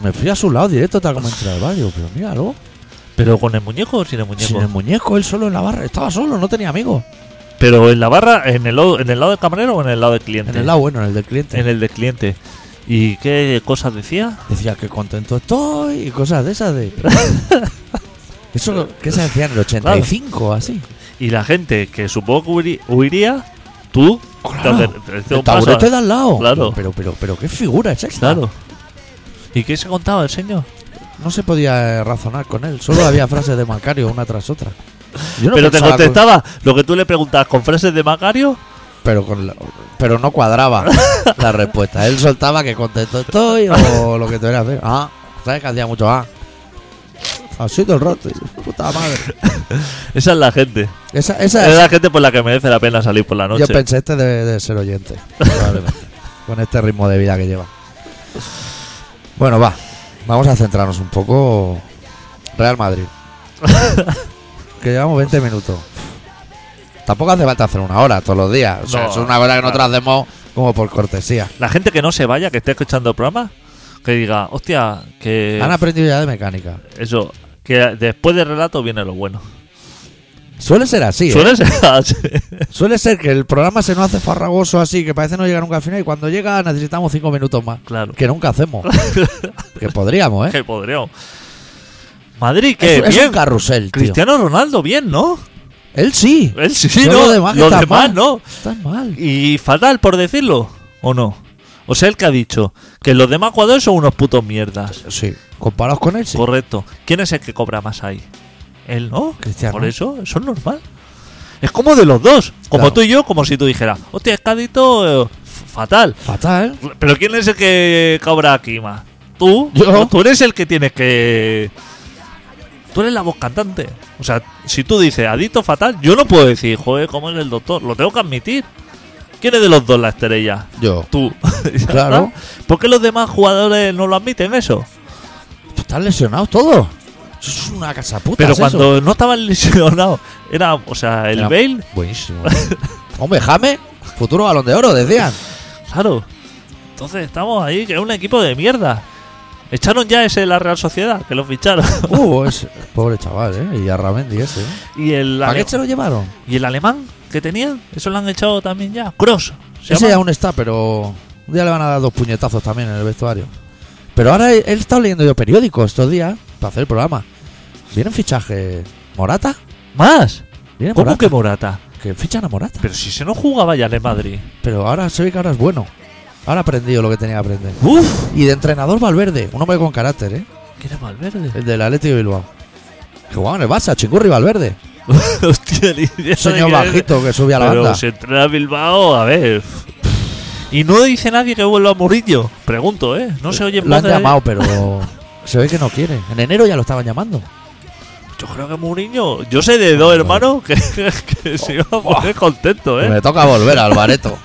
S1: Me fui a su lado directo tal como entré al bar. Digo, pero míralo.
S2: pero con el muñeco o sin el muñeco.
S1: Sin el muñeco, él solo en la barra. Estaba solo, no tenía amigos.
S2: Pero en la barra, en el, lado- en el lado del camarero o en el lado del cliente.
S1: En el lado bueno, en el del cliente.
S2: En el del cliente. ¿Y qué cosas decía?
S1: Decía que contento estoy y cosas de esas
S2: *laughs*
S1: de. Eso lo- que se decía en el 85, así.
S2: Y la gente que supongo que huiri- huiría, tú
S1: Claro.
S2: te- te- te- te-
S1: El taburete de al lado.
S2: Claro.
S1: Pero, pero, pero, ¿qué figura es esta?
S2: Claro. ¿Y qué se contaba el señor?
S1: No se podía eh, razonar con él. Solo había frases de Macario una tras otra. Yo no
S2: Pero te
S1: pensaba pues. con-
S2: contestaba lo que tú le preguntabas con frases de Macario.
S1: pero, con la- pero no
S2: *laughs*
S1: cuadraba la respuesta. Él soltaba que contento estoy o lo que tuviera que hacer. Ah, ¿sabes que hacía mucho? Ah. Así todo el rato. Puta madre.
S2: Esa es la gente.
S1: Esa, esa
S2: Esa es la gente por la que merece la pena salir por la noche.
S1: Yo pensé, este debe de ser oyente.
S2: *laughs*
S1: probablemente, con este ritmo de vida que lleva. Bueno, va. Vamos a centrarnos un poco. Real Madrid.
S2: *laughs*
S1: que llevamos 20 minutos. Tampoco hace falta hacer una hora todos los días. O sea,
S2: No,
S1: eso es una hora que
S2: claro.
S1: nosotros hacemos como por cortesía.
S2: La gente que no se vaya, que esté escuchando el programa, que diga, hostia, que.
S1: Han aprendido ya de mecánica.
S2: Eso, que después del relato viene lo bueno.
S1: Suele ser así. ¿eh? Suele,
S2: Suele ser
S1: *laughs*
S2: así.
S1: ser que el programa se nos hace farragoso así, que parece no llegar nunca al final y cuando llega necesitamos 5 minutos más.
S2: Claro.
S1: Que nunca hacemos.
S2: *laughs*
S1: que podríamos, ¿eh?
S2: Que podríamos. Madrid, que
S1: Es, es
S2: bien.
S1: un carrusel, tío.
S2: Cristiano Ronaldo, bien, ¿no?
S1: Él sí.
S2: Él sí,
S1: Yo
S2: ¿no?
S1: los demás que
S2: Los
S1: están
S2: demás
S1: mal.
S2: no.
S1: Están mal.
S2: Y fatal, por decirlo, ¿o no? O sea, el que ha dicho que los demás jugadores son unos putos mierdas.
S1: Sí. Comparados con él, sí.
S2: Correcto. ¿Quién es el que cobra más ahí? Él, ¿no?
S1: Cristiano.
S2: Por eso, eso es normal. Es como de los dos. Como
S1: Claro.
S2: tú y yo, como si tú dijeras, hostia, es que ha dicho, eh, f- fatal.
S1: Fatal.
S2: Pero ¿quién es el que cobra aquí más? ¿Tú?
S1: ¿Yo?
S2: No, Tú eres el que tienes que... Tú eres la voz cantante. O sea, si tú dices adicto fatal, yo no puedo decir, joder, ¿cómo es el doctor? Lo tengo que admitir. ¿Quién es de los dos la estrella?
S1: Yo.
S2: Tú. *laughs* Ya
S1: Claro.
S2: está. ¿Por qué los demás jugadores no lo admiten eso?
S1: Pues Están lesionados todos. Eso es una casa puta.
S2: Pero cuando no estaban lesionados, era, o sea, el Bale, *laughs*
S1: Buenísimo. Hombre, Jame. Futuro balón de oro, decían.
S2: claro. Entonces estamos ahí, que es un equipo de mierda. Echaron ya ese de la Real Sociedad, que lo ficharon. *laughs*
S1: Uh, ese- pobre chaval, ¿eh? Y a Ramendi ese. ¿eh?
S2: y el
S1: ¿Para
S2: ale-
S1: qué se lo llevaron?
S2: ¿Y el alemán que tenían? Eso lo han echado también ya. Cross. se
S1: Ese
S2: llama.
S1: aún está, pero un día le van a dar dos puñetazos también en el vestuario. Pero ahora he, he estado leyendo yo periódicos estos días para hacer el programa. ¿Vienen fichaje Morata?
S2: ¿Más?
S1: ¿Viene
S2: ¿Cómo
S1: Morata?
S2: que Morata?
S1: que fichan a Morata?
S2: Pero si se no jugaba ya en el Madrid.
S1: Pero ahora se ve que ahora es bueno. Ahora ha aprendido lo que tenía que aprender.
S2: Uf,
S1: Y de entrenador Valverde, un hombre con carácter, ¿eh?
S2: ¿quién es Valverde?
S1: *laughs*
S2: *laughs*
S1: El del Atlético de Bilbao. Que jugaba en el Barça, Chingurri Valverde.
S2: *laughs* Hostia, ni idea de
S1: Un señor
S2: quién es.
S1: bajito que subía a la
S2: Pero
S1: banda.
S2: si entra a Bilbao, a ver. Y no dice nadie que vuelva a Murillo. Pregunto, ¿eh? No se oye
S1: Lo han
S2: voces.
S1: llamado, pero se ve que no quiere. En enero ya lo estaban llamando.
S2: ¿Eh? Yo creo que Mourinho. Yo sé de dos hermanos
S1: *laughs*
S2: que, que se iba a poner contento, ¿eh?
S1: Me toca volver al Bareto.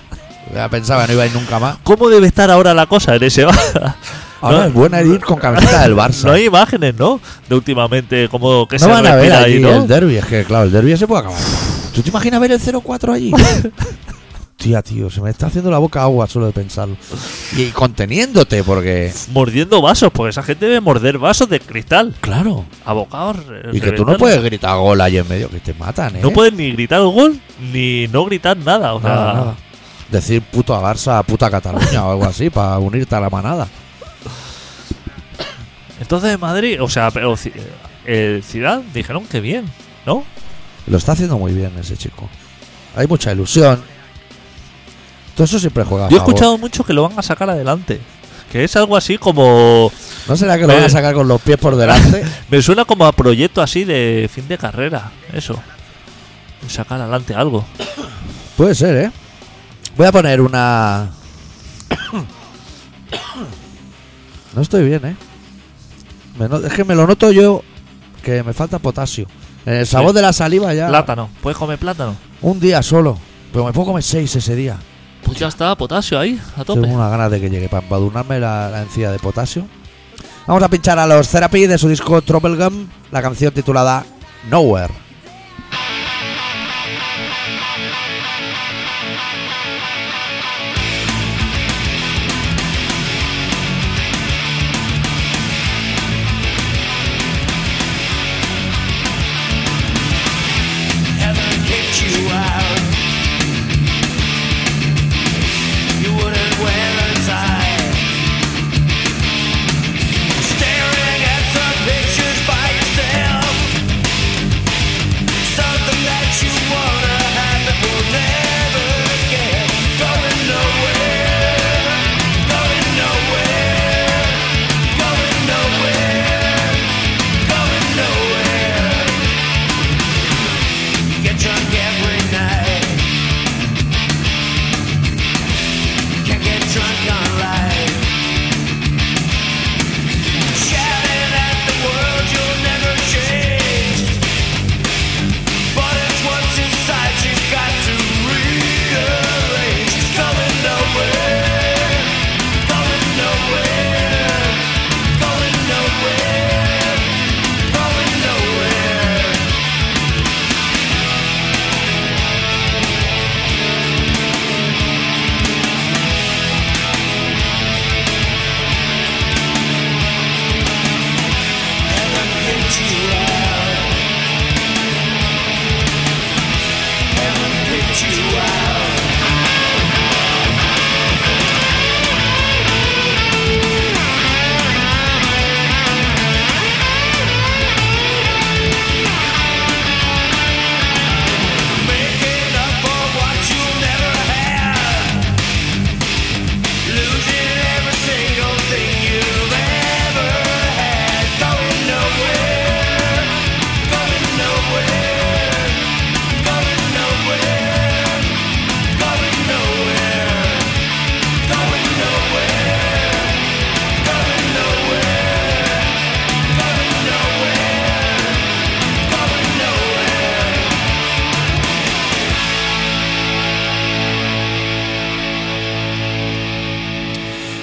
S1: Ya pensaba que no iba a ir nunca más.
S2: ¿Cómo debe estar ahora la cosa en ese bar?
S1: Ahora
S2: No.
S1: es buena ir con camiseta del Barça.
S2: *laughs* No hay imágenes, ¿no? De últimamente, como que
S1: No
S2: se
S1: van a ver
S2: respira
S1: allí
S2: ahí, ¿no?
S1: el derby. Es que, claro, el derby se puede acabar. ¿Tú te imaginas ver el 0-4
S2: *laughs*
S1: allí? Tía, tío, se me está haciendo la boca agua solo de pensarlo. Y conteniéndote, porque.
S2: Mordiendo vasos, porque esa gente debe morder vasos de cristal.
S1: Claro.
S2: Abocados. re-
S1: Y que tú
S2: reventarlos.
S1: no puedes gritar gol ahí en medio, que te matan, ¿eh?
S2: No puedes ni gritar gol, ni no gritar nada. O sea,
S1: Nada, nada. Decir puto a Barça, puta Cataluña o algo así, para unirte a la manada.
S2: Entonces Madrid, o sea, pero Ci- eh, Ciudad dijeron que bien, ¿no?
S1: Lo está haciendo muy bien ese chico. Hay mucha ilusión. Todo eso siempre juega. a
S2: Yo he
S1: favor.
S2: escuchado mucho que lo van a sacar adelante. Que es algo así como.
S1: ¿No será
S2: Eh.
S1: que lo van a sacar con los pies por delante?
S2: Me suena como a proyecto así de fin de carrera. Eso. Sacar adelante algo.
S1: Puede ser, ¿eh? Voy a poner una. *coughs* No estoy bien, ¿eh? Me no- Es que me lo noto yo que me falta potasio. En el sabor
S2: Sí.
S1: de la saliva ya.
S2: Plátano. ¿Puedes comer plátano?
S1: Un día solo. Pero me puedo comer seis ese día.
S2: Pues ya está, potasio ahí, a tope.
S1: Tengo unas ganas de que llegue para embadurnarme la, la encía de potasio. Vamos a pinchar a los Therapy de su disco Troublegum, la canción titulada Nowhere.
S3: Heaven kicked you out. You wouldn't wear a tie.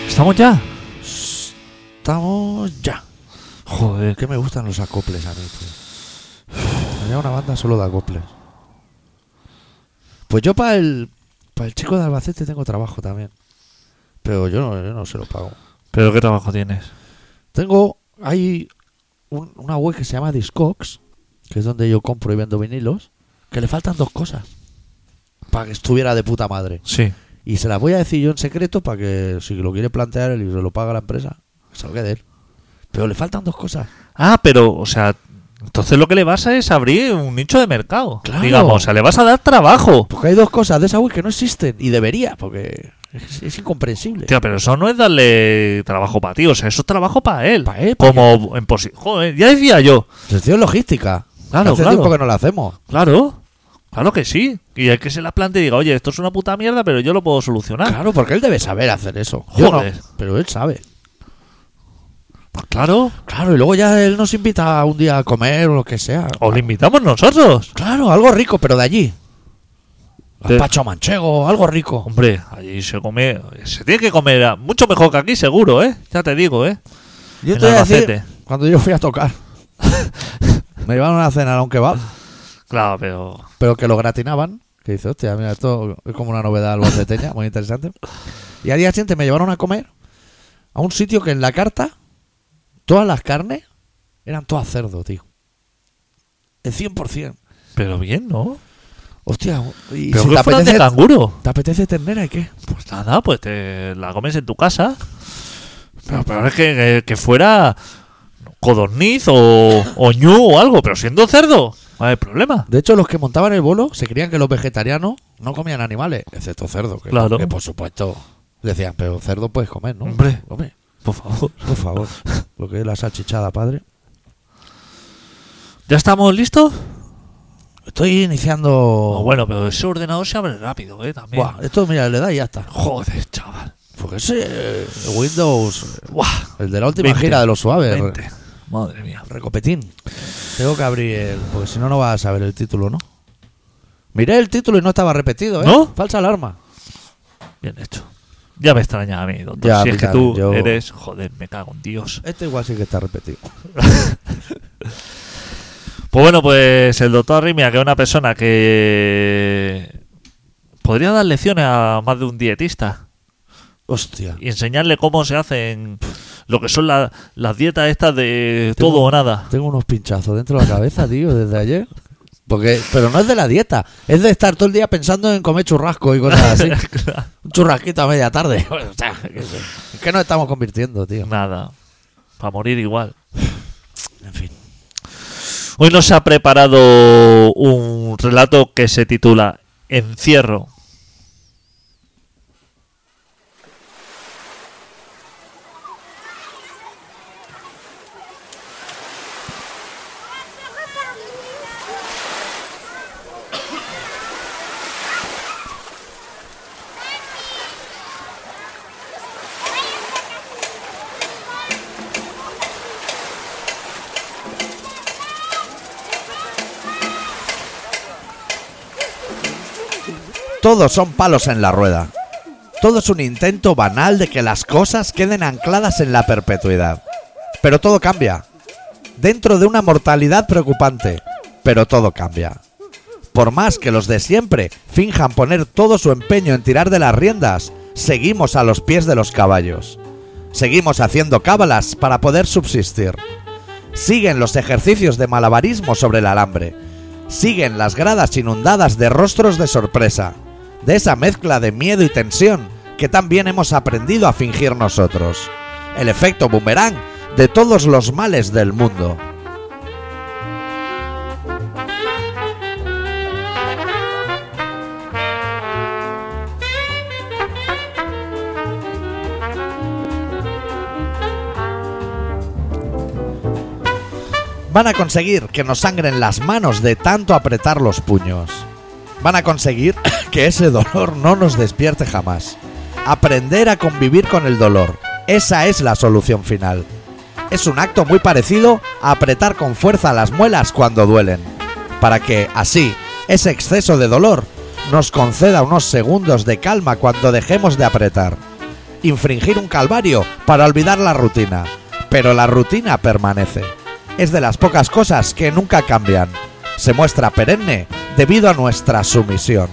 S2: ¿Estamos ya?
S1: Estamos ya.
S2: Joder.
S1: Que me gustan los acoples a mí, tío. Había una banda solo de acoples. Pues yo para el, para el chico de Albacete tengo trabajo también. Pero yo no, yo no se lo pago.
S2: ¿Pero qué trabajo tienes?
S1: Tengo, hay un- una web que se llama Discogs, que es donde yo compro y vendo vinilos, que le faltan dos cosas. Para que estuviera de puta madre.
S2: Sí.
S1: Y se las voy a decir yo en secreto para que si lo quiere plantear él y se lo paga la empresa, se lo quede él. Pero le faltan dos cosas.
S2: Ah, pero, o sea, entonces lo que le vas a es abrir un nicho de mercado.
S1: Claro.
S2: Digamos, o sea, le vas a dar trabajo.
S1: Porque hay dos cosas de esa web que no existen y debería, porque es, es incomprensible.
S2: Tío, pero eso no es darle trabajo para ti, o sea, eso es trabajo para él.
S1: Pa' él, pa'
S2: Como en posi- Joder, ya decía yo.
S1: Gestión logística.
S2: Claro,
S1: Hace
S2: claro.
S1: tiempo que no la hacemos.
S2: Claro, claro que sí. Y el que se la plante y diga, oye, esto es una puta mierda, pero yo lo puedo solucionar.
S1: Claro, porque él debe saber hacer eso. Yo no,
S2: Joder.
S1: pero él sabe.
S2: Pues claro.
S1: Claro, y luego ya él nos invita un día a comer o lo que sea.
S2: O lo invitamos nosotros.
S1: Claro, algo rico, pero de allí.
S2: De-
S1: Pacho manchego, algo rico.
S2: Hombre, allí se come, se tiene que comer ah, mucho mejor que aquí, seguro, ¿eh? Ya te digo, ¿eh?
S1: Yo
S2: En
S1: te voy a decir,
S2: Albacete.
S1: cuando yo fui a tocar, *laughs* me iban a cenar a un kebab,
S2: Claro, pero
S1: pero que lo gratinaban. Que dice, hostia, mira, esto es como una novedad albaceteña, muy interesante. Y al día siguiente me llevaron a comer a un sitio que en la carta, todas las carnes eran todas cerdo, tío. El 100%.
S2: pero bien, ¿no?
S1: Hostia, y
S2: Pero
S1: si
S2: que
S1: te
S2: fueran de
S1: apetece,
S2: canguro.
S1: ¿te apetece ternera y qué?
S2: Pues nada, pues te la comes en tu casa. Pero peor es que, que- que fuera codorniz o, o ñu o algo, pero siendo cerdo, no hay problema.
S1: De hecho, los que montaban el bolo se creían que los vegetarianos no comían animales, excepto cerdo. Que,
S2: Claro.
S1: que, por supuesto decían, pero cerdo puedes comer, ¿no?
S2: Hombre.
S1: Hombre,
S2: Por favor.
S1: por favor. Lo que es la salchichada, padre.
S2: ¿Ya estamos listos?
S1: Estoy iniciando.
S2: Oh, bueno, pero ese ordenador se abre rápido, ¿eh? También.
S1: Buah, esto, mira, le da y ya está.
S2: Joder, chaval.
S1: Porque ese eh, Windows,
S2: Buah.
S1: el de la última
S2: 20,
S1: gira de los suaves, re-
S2: 20. Madre mía.
S1: recopetín. Tengo que abrir el. Porque si no, no vas a saber el título, ¿no? Miré el título y no estaba repetido, ¿eh?
S2: ¿No?
S1: Falsa alarma.
S2: Bien hecho. Ya me extraña a mí, doctor.
S1: Ya,
S2: si
S1: a
S2: es
S1: mí
S2: que
S1: también,
S2: tú
S1: yo-
S2: eres. Joder, me cago en Dios.
S1: Este igual sí que está repetido.
S2: Pues bueno, pues el doctor Arrimia, que es una persona que. Podría dar lecciones a más de un dietista
S1: Hostia.
S2: y enseñarle cómo se hacen lo que son la- las dietas estas de
S1: Tengo-
S2: todo o nada.
S1: Tengo unos pinchazos dentro de la cabeza, tío, desde ayer. Porque, pero no es de la dieta, es de estar todo el día pensando en comer churrasco y
S2: Ah,
S1: cosas *laughs*
S2: *laughs*
S1: así. Un churrasquito a media tarde. O sea, que sé. ¿En qué nos estamos convirtiendo, tío?
S2: Nada. Para morir igual.
S1: En fin.
S2: Hoy nos ha preparado un relato que se titula Encierro.
S1: Todos son palos en la rueda. Todo es un intento banal de que las cosas queden ancladas en la perpetuidad. Pero todo cambia. Dentro de una mortalidad preocupante. Pero todo cambia. Por más que los de siempre finjan poner todo su empeño en tirar de las riendas, seguimos a los pies de los caballos. Seguimos haciendo cábalas para poder subsistir. Siguen los ejercicios de malabarismo sobre el alambre. Siguen las gradas inundadas de rostros de sorpresa, de esa mezcla de miedo y tensión que también hemos aprendido a fingir nosotros. El efecto boomerang de todos los males del mundo. Van a conseguir que nos sangren las manos de tanto apretar los puños. Van a conseguir *coughs* que ese dolor no nos despierte jamás. Aprender a convivir con el dolor. Esa es la solución final. Es un acto muy parecido a apretar con fuerza las muelas cuando duelen. Para que, así, ese exceso de dolor nos conceda unos segundos de calma cuando dejemos de apretar. infringir un calvario para olvidar la rutina. Pero la rutina permanece. Es de las pocas cosas que nunca cambian. Se muestra perenne debido a nuestra sumisión.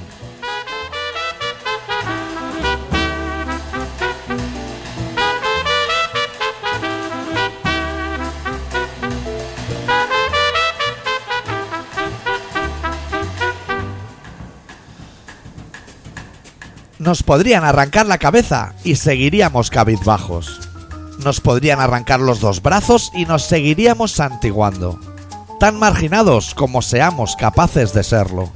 S1: Nos podrían arrancar la cabeza y seguiríamos cabizbajos. Nos podrían arrancar los dos brazos y nos seguiríamos santiguando. Tan marginados como seamos capaces de serlo.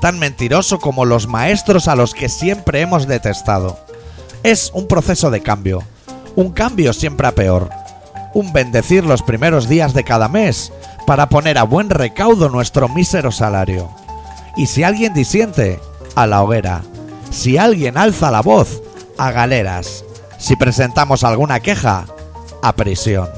S1: Tan mentiroso como los maestros a los que siempre hemos detestado. Es un proceso de cambio. Un cambio siempre a peor. Un bendecir los primeros días de cada mes para poner a buen recaudo nuestro mísero salario. Y si alguien disiente, a la hoguera. Si alguien alza la voz, a galeras. Si presentamos alguna queja, a prisión.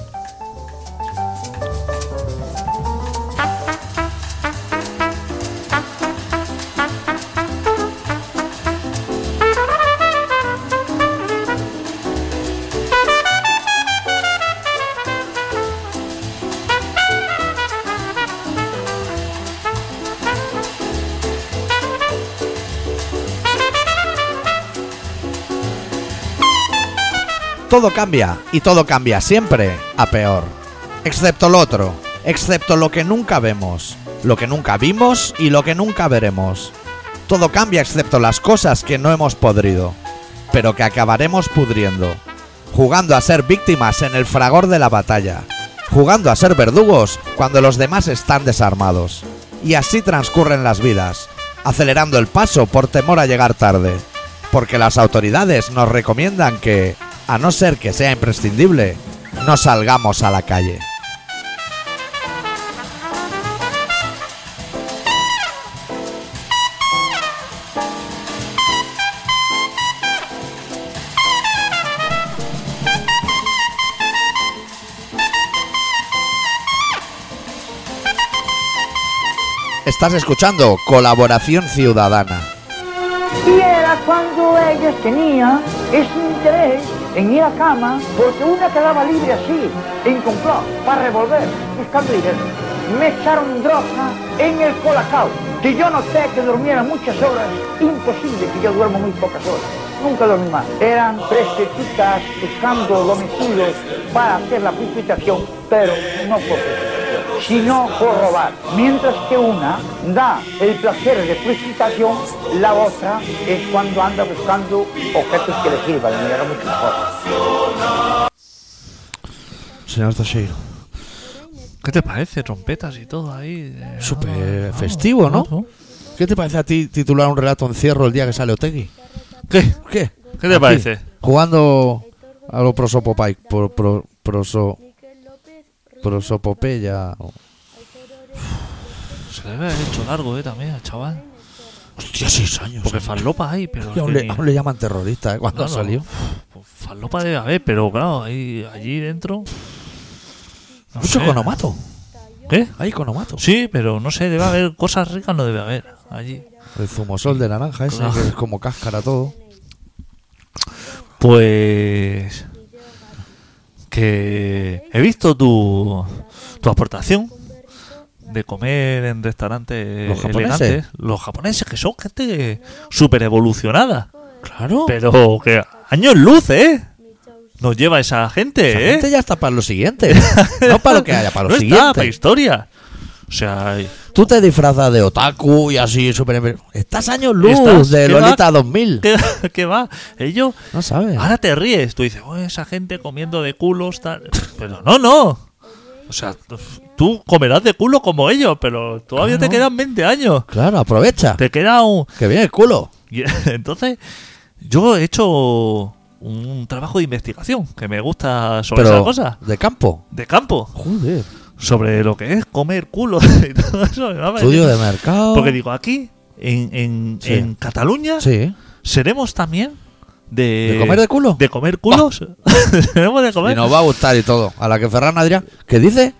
S1: Todo cambia y todo cambia siempre a peor. Excepto lo otro, excepto lo que nunca vemos, lo que nunca vimos y lo que nunca veremos. Todo cambia excepto las cosas que no hemos podrido, pero que acabaremos pudriendo, jugando a ser víctimas en el fragor de la batalla, jugando a ser verdugos cuando los demás están desarmados. Y así transcurren las vidas, acelerando el paso por temor a llegar tarde, porque las autoridades nos recomiendan que, a no ser que sea imprescindible, no salgamos a la calle. Estás escuchando Colaboración Ciudadana.
S4: Y era cuando ellos tenían ese interés en ir a cama, porque una quedaba libre así, en complot, para revolver, buscando dinero. Me echaron droga en el colacao, que yo noté que durmiera muchas horas, imposible que yo duermo muy pocas horas. Nunca dormí más. Eran prostitutas buscando domicilios para hacer la prostitución, pero no por prostitución sino por robar. Mientras que una da el placer de presentación, la otra es cuando anda buscando objetos que le sirvan, y era mucho mejor.
S1: Señor Toshiro.
S2: ¿Qué te parece? Trompetas y todo ahí. eh,
S1: Súper
S2: vamos,
S1: festivo, ¿no?
S2: vamos.
S1: ¿Qué te parece a ti titular un relato encierro el día que sale Otegui?
S2: ¿Qué?
S1: ¿Qué?
S2: ¿Qué te
S1: Aquí,
S2: parece?
S1: Jugando a lo prosopopay, pro, pro, proso, prosopopeya.
S2: Se le había hecho largo, eh, también al chaval.
S1: Hostia, seis años. ¿eh?
S2: Porque farlopa *laughs* hay, pero.
S1: aún,
S2: que
S1: le,
S2: ni-
S1: aún le llaman terrorista, ¿eh? Cuando
S2: Claro.
S1: salió.
S2: Pues Farlopa debe haber, pero claro, ahí, allí dentro. no
S1: Mucho
S2: sé.
S1: conomato.
S2: ¿Qué?
S1: Hay conomato.
S2: Sí, pero no sé, debe haber cosas ricas, no debe haber allí.
S1: El zumosol de naranja ese,
S2: Claro.
S1: que es como cáscara todo.
S2: Pues. Que he visto tu, tu aportación de comer en restaurantes
S1: Los japoneses.
S2: elegantes. Los japoneses, que son gente súper evolucionada.
S1: Claro.
S2: Pero que años luz, ¿eh? Nos lleva esa gente,
S1: La
S2: ¿eh?
S1: gente ya está para lo
S2: *laughs*
S1: siguiente. no para lo que haya, para lo
S2: no
S1: siguiente.
S2: Está, para historia. O sea, y-
S1: Tú te disfrazas de otaku y así, súper. Estás años luz
S2: Estás-
S1: de
S2: ¿qué va?
S1: Lolita 2000.
S2: ¿qué, *laughs* qué va? Ellos.
S1: No sabes.
S2: Ahora te ríes. Tú dices, "Oh, esa gente comiendo de culos, tal. Pero no, no. O sea, tú comerás de culo como ellos, pero todavía
S1: Claro.
S2: te quedan 20 años.
S1: Claro, aprovecha.
S2: Te queda un. *laughs*
S1: Que viene el culo.
S2: Y entonces, yo he hecho un trabajo de investigación que me gusta sobre
S1: Pero
S2: esa cosa.
S1: de campo.
S2: De campo.
S1: Joder.
S2: Sobre lo que es comer culo *laughs* y todo eso. Me va a
S1: Estudio de
S2: decir-
S1: mercado.
S2: Porque digo, aquí, en, en,
S1: Sí.
S2: en Cataluña,
S1: Sí.
S2: seremos también de,
S1: ¿De comer de culo?
S2: De comer culos. *laughs* seremos de comer.
S1: Y nos va a gustar y todo. A la que Ferran Adrián, que dice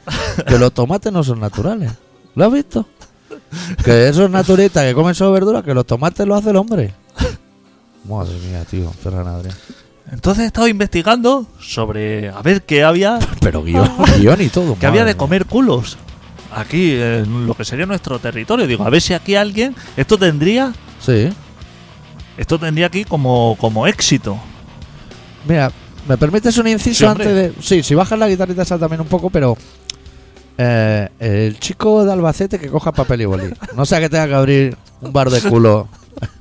S1: que los tomates no son naturales. ¿Lo has visto? Que esos naturistas que comen solo verduras, que los tomates lo hace el hombre. Madre mía, tío, Ferran Adrián.
S2: Entonces he estado investigando sobre a ver qué había,
S1: Pero
S2: *laughs*
S1: guión, guión y todo.
S2: qué había
S1: madre
S2: de comer culos aquí en lo que sería nuestro territorio. Digo, a ver si aquí alguien esto tendría,
S1: mía. Sí.
S2: esto tendría aquí como como éxito.
S1: Mira, ¿me permites un inciso
S2: Sí, hombre.
S1: antes de.? Sí, si bajas la guitarrita esa también un poco, pero. eh, el chico de Albacete que coja papel y bolí. No sea que tenga que abrir un bar de culo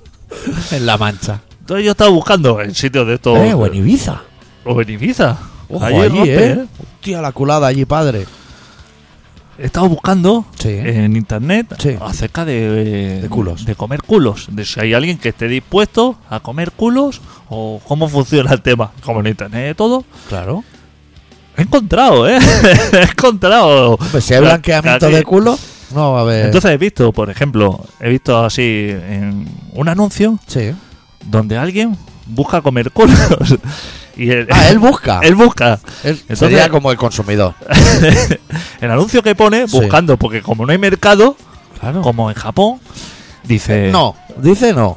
S1: *laughs* en La Mancha.
S2: Entonces yo estaba buscando en sitios de estos
S1: Eh, o en Ibiza.
S2: o en Ibiza.
S1: Ojo,
S2: Ahí
S1: allí,
S2: rompe,
S1: eh. Hostia, la culada allí, padre.
S2: He estado buscando
S1: Sí.
S2: en internet
S1: Sí.
S2: acerca de,
S1: De culos.
S2: de comer culos. De si hay alguien que esté dispuesto a comer culos o cómo funciona el tema. Como en internet y todo.
S1: Claro.
S2: He encontrado, ¿eh? *laughs* he encontrado.
S1: Pues si hay
S2: La-
S1: blanqueamiento
S2: aquí.
S1: de eh. culo, no va a haber.
S2: eh, Entonces he visto, por ejemplo, he visto así en un anuncio
S1: sí.
S2: donde alguien busca comer culos. *laughs* y él,
S1: Ah, él busca.
S2: *laughs* él busca.
S1: Él
S2: entonces-
S1: sería como el consumidor.
S2: *laughs* el anuncio que pone,
S1: Sí.
S2: buscando, porque como no hay mercado,
S1: Claro.
S2: como en Japón, dice...
S1: No, Eh, dice
S2: *laughs*
S1: no.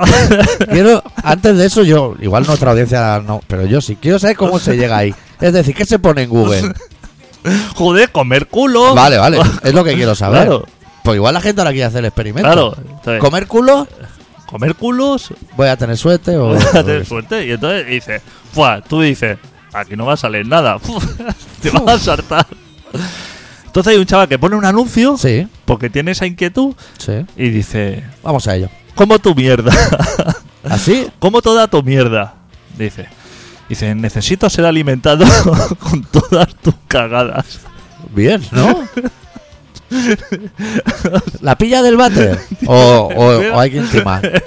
S1: Quiero, antes de eso, yo, igual nuestra audiencia no, pero yo sí, quiero saber cómo se llega ahí. Es decir, ¿qué se pone en Google?
S2: Joder, comer culo.
S1: Vale,
S2: *laughs*
S1: vale, es lo que quiero saber.
S2: Oh. Claro.
S1: Pues igual la gente ahora quiere hacer el experimento.
S2: Claro, entonces,
S1: Comer culo,
S2: comer culos,
S1: voy a tener suerte
S2: *laughs*
S1: o.
S2: vas a tener suerte. Y entonces dice, "Fua", tú dices, aquí no va a salir nada, *laughs* te vas a saltar. Entonces hay un chaval que pone un anuncio
S1: Sí,
S2: porque tiene esa inquietud
S1: sí.
S2: y dice,
S1: Vamos a ello.
S2: como tu mierda,
S1: ¿Así?
S2: como toda tu mierda, dice. Dice, necesito ser alimentado *laughs* con todas tus cagadas.
S1: Bien, ¿no? ¿La pilla del váter? ¿O, o, o hay que
S2: *laughs*
S1: intimar?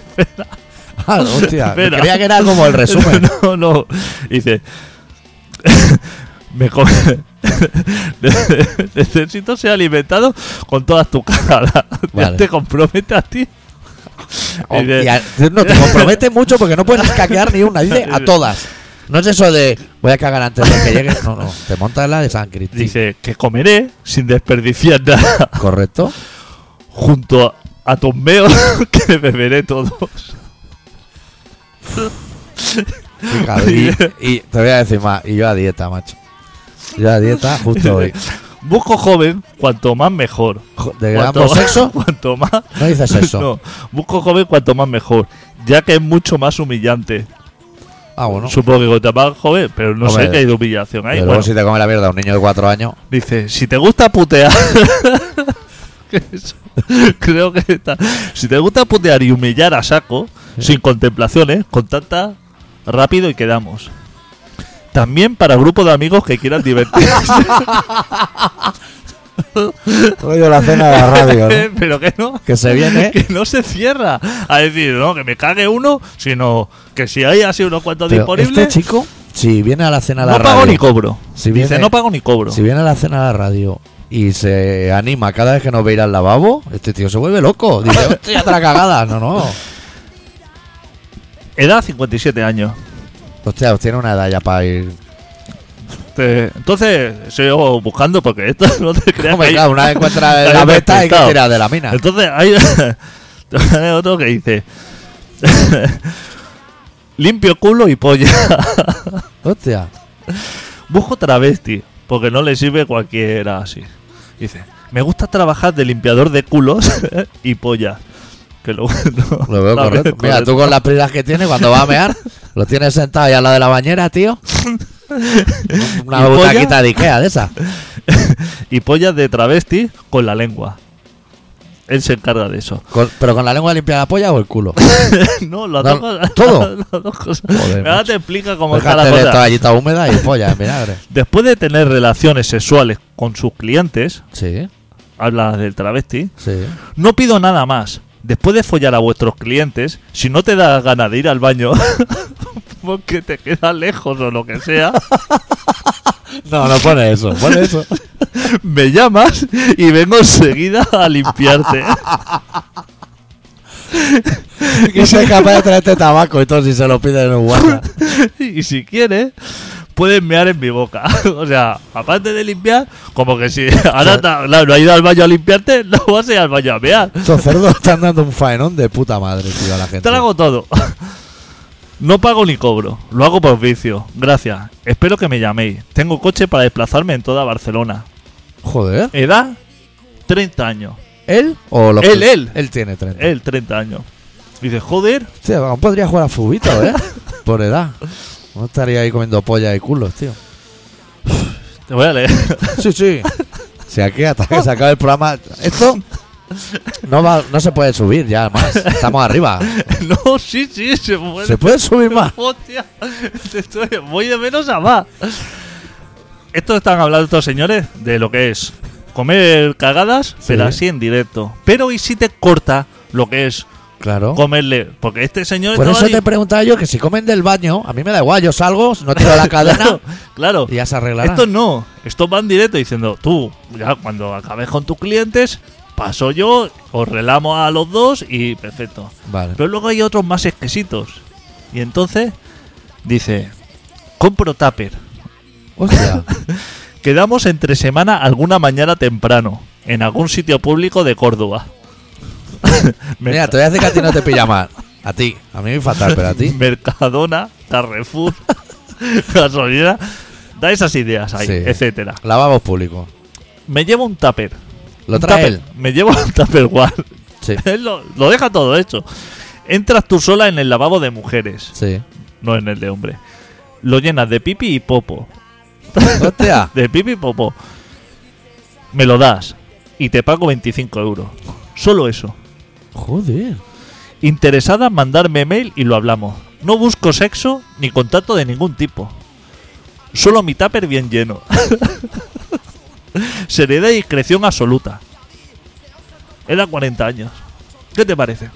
S1: Ah, hostia,
S2: Espera.
S1: creía que era como el resumen.
S2: *laughs* No, no. Dice. *laughs* Me co- *laughs* Necesito ser alimentado con todas tus caras. *laughs*
S1: Vale.
S2: Te compromete a ti.
S1: O-
S2: Y de-
S1: y a- no, te compromete mucho porque no puedes caquear ni una, dice
S2: *laughs*
S1: a todas. No es eso de voy a cagar antes de que llegue. No, no, te montas la de San Cristín.
S2: Dice que comeré sin desperdiciar nada
S1: ¿Correcto?
S2: junto a, a tus meos *laughs* que beberé todos.
S1: Fíjate, y, y te voy a decir más. Y yo a dieta, macho. Yo a dieta justo hoy.
S2: Busco joven, cuanto más mejor.
S1: Jo- ¿De
S2: Cuanto
S1: ambos
S2: más-
S1: sexo?
S2: *laughs* Cuanto más.
S1: No dices eso.
S2: *laughs* No, busco joven, cuanto más mejor. Ya que es mucho más humillante.
S1: Ah, bueno.
S2: Supongo que cuanto más joven, pero no
S1: Hombre,
S2: sé qué hay de humillación ahí.
S1: Pero
S2: Bueno,
S1: luego si te come la mierda un niño de cuatro años.
S2: Dice, si te gusta putear. *laughs* ¿Qué es? Creo que está. Si te gusta putear y humillar a saco, sin contemplaciones, con tanta rápido y quedamos. También para grupo de amigos que quieran
S1: *laughs*
S2: divertirse,
S1: Rollo la cena de la radio,
S2: *laughs* pero que no.
S1: Que se viene.
S2: *laughs* Que no se cierra a decir, no, que me cague uno, sino que si hay así unos cuantos
S1: Pero este
S2: disponibles,
S1: chico, si viene a la cena de la
S2: no
S1: radio.
S2: pago ni cobro.
S1: Si
S2: Dice,
S1: viene-
S2: no pago ni cobro.
S1: Si viene a la cena a la radio y se anima cada vez que nos ve ir al lavabo, este tío se vuelve loco. *laughs* Dice, hostia, otra cagada. No, no.
S2: Edad 57 años.
S1: Hostia, pues tiene una edad ya para ir.
S2: Te- entonces, sigo buscando porque esto *laughs* no te creas.
S1: Hombre,
S2: que hay-
S1: claro, una vez *laughs* encuentra
S2: *laughs* hay
S1: la beta hay que
S2: pescado.
S1: tirar de la mina.
S2: Entonces, hay, *laughs* hay otro que dice: *laughs* Limpio culo y polla.
S1: Hostia.
S2: Busco travesti porque no le sirve cualquiera así. Dice: Me gusta trabajar de limpiador de culos *laughs* y polla. Que lo, no,
S1: *laughs* Lo veo
S2: la veo
S1: correcto. Mira, tú
S2: correcto.
S1: con las prisas que tienes cuando va a mear, lo tienes sentado ahí al lado de la bañera, *laughs* tío. Una
S2: ¿Y polla?
S1: butaquita de Ikea de esa.
S2: Y polla de travesti con la lengua. Él se encarga de eso. *laughs*
S1: Con- pero con la lengua limpia la polla o el *laughs* culo.
S2: no, las
S1: No,
S2: dos cosas. *laughs*
S1: ¿todo?
S2: las dos cosas.
S1: Joder,
S2: Ahora
S1: macho.
S2: te explica cómo está la
S1: Déjate de
S2: cosa.
S1: toallita húmeda y polla en vinagre.
S2: Después de tener relaciones sexuales con sus clientes,
S1: Sí,
S2: habla del travesti,
S1: sí.
S2: no pido nada más. Después de follar a vuestros clientes, si no te da ganas de ir al baño, *laughs* porque te queda lejos o lo que sea,
S1: No, no pone eso, pone *laughs* eso.
S2: me llamas y vengo enseguida a limpiarte. *laughs*
S1: Que soy capaz de traerte tabaco y todo si se lo piden en un
S2: *laughs*
S1: WhatsApp.
S2: y si quieres, puedes mear en mi boca. *laughs* o sea, aparte de limpiar, como que si *laughs* ahora ta- claro, no has ido al baño a limpiarte, *laughs* no vas a ir al baño a mear.
S1: Estos cerdos están dando un faenón de puta madre, tío, a la gente.
S2: Trago todo. *laughs* No pago ni cobro, lo hago por vicio. Gracias. Espero que me llaméis. Tengo coche para desplazarme en toda Barcelona.
S1: Joder.
S2: Edad 30 años.
S1: ¿Él o lo
S2: Él, él.
S1: Él tiene 30.
S2: Él 30 años. Dice, joder,
S1: Hostia, aún podría jugar a fubito,
S2: *laughs*
S1: ¿eh? Por edad. No estaría ahí comiendo polla y culos, tío.
S2: te voy a leer. *laughs*
S1: Sí, sí. Si aquí hasta que se acabe el programa. Esto no va, no se puede subir ya más. Estamos arriba.
S2: no, sí, sí, se puede.
S1: ¿Se puede subir más?
S2: Hostia, te estoy- voy de menos a más. Estos están hablando estos señores de lo que es comer cagadas, pero así en directo. Pero y si te corta lo que es
S1: Claro.
S2: comerle, porque este señor
S1: Por
S2: estaba
S1: eso
S2: di-
S1: te preguntaba yo que si comen del baño, a mí me da igual, yo salgo, no tiro la cadena
S2: *laughs* Claro, claro.
S1: y ya se arreglará.
S2: Estos no, estos van directo diciendo, tú, ya cuando acabes con tus clientes, paso yo, os relamo a los dos y perfecto.
S1: Vale.
S2: Pero luego hay otros más exquisitos. Y entonces dice, compro tupper.
S1: *laughs* Hostia.
S2: Quedamos entre semana alguna mañana temprano, en algún sitio público de Córdoba. *laughs*
S1: Mira, te voy a decir que a ti no te pilla mal. A ti. A mí me fatal, pero a ti.
S2: Mercadona, Carrefour, *laughs* gasolina. Da esas ideas ahí,
S1: Sí.
S2: etcétera.
S1: Lavabos públicos.
S2: Me llevo un tupper.
S1: Lo
S2: Un
S1: trae
S2: tupper.
S1: él.
S2: Me llevo un tupperware.
S1: Sí.
S2: *laughs* Él lo, lo deja todo hecho. Entras tú sola en el lavabo de mujeres, *laughs*
S1: Sí.
S2: no en el de hombre. Lo llenas de pipi y popo.
S1: Hostia.
S2: De pipi y popo. Me lo das y te pago 25 euros. Solo eso.
S1: Joder.
S2: Interesada, mandarme mail y lo hablamos. No busco sexo ni contacto de ningún tipo. Solo mi tupper bien lleno. *laughs* Seriedad y discreción absoluta. Era 40 años. ¿Qué te parece?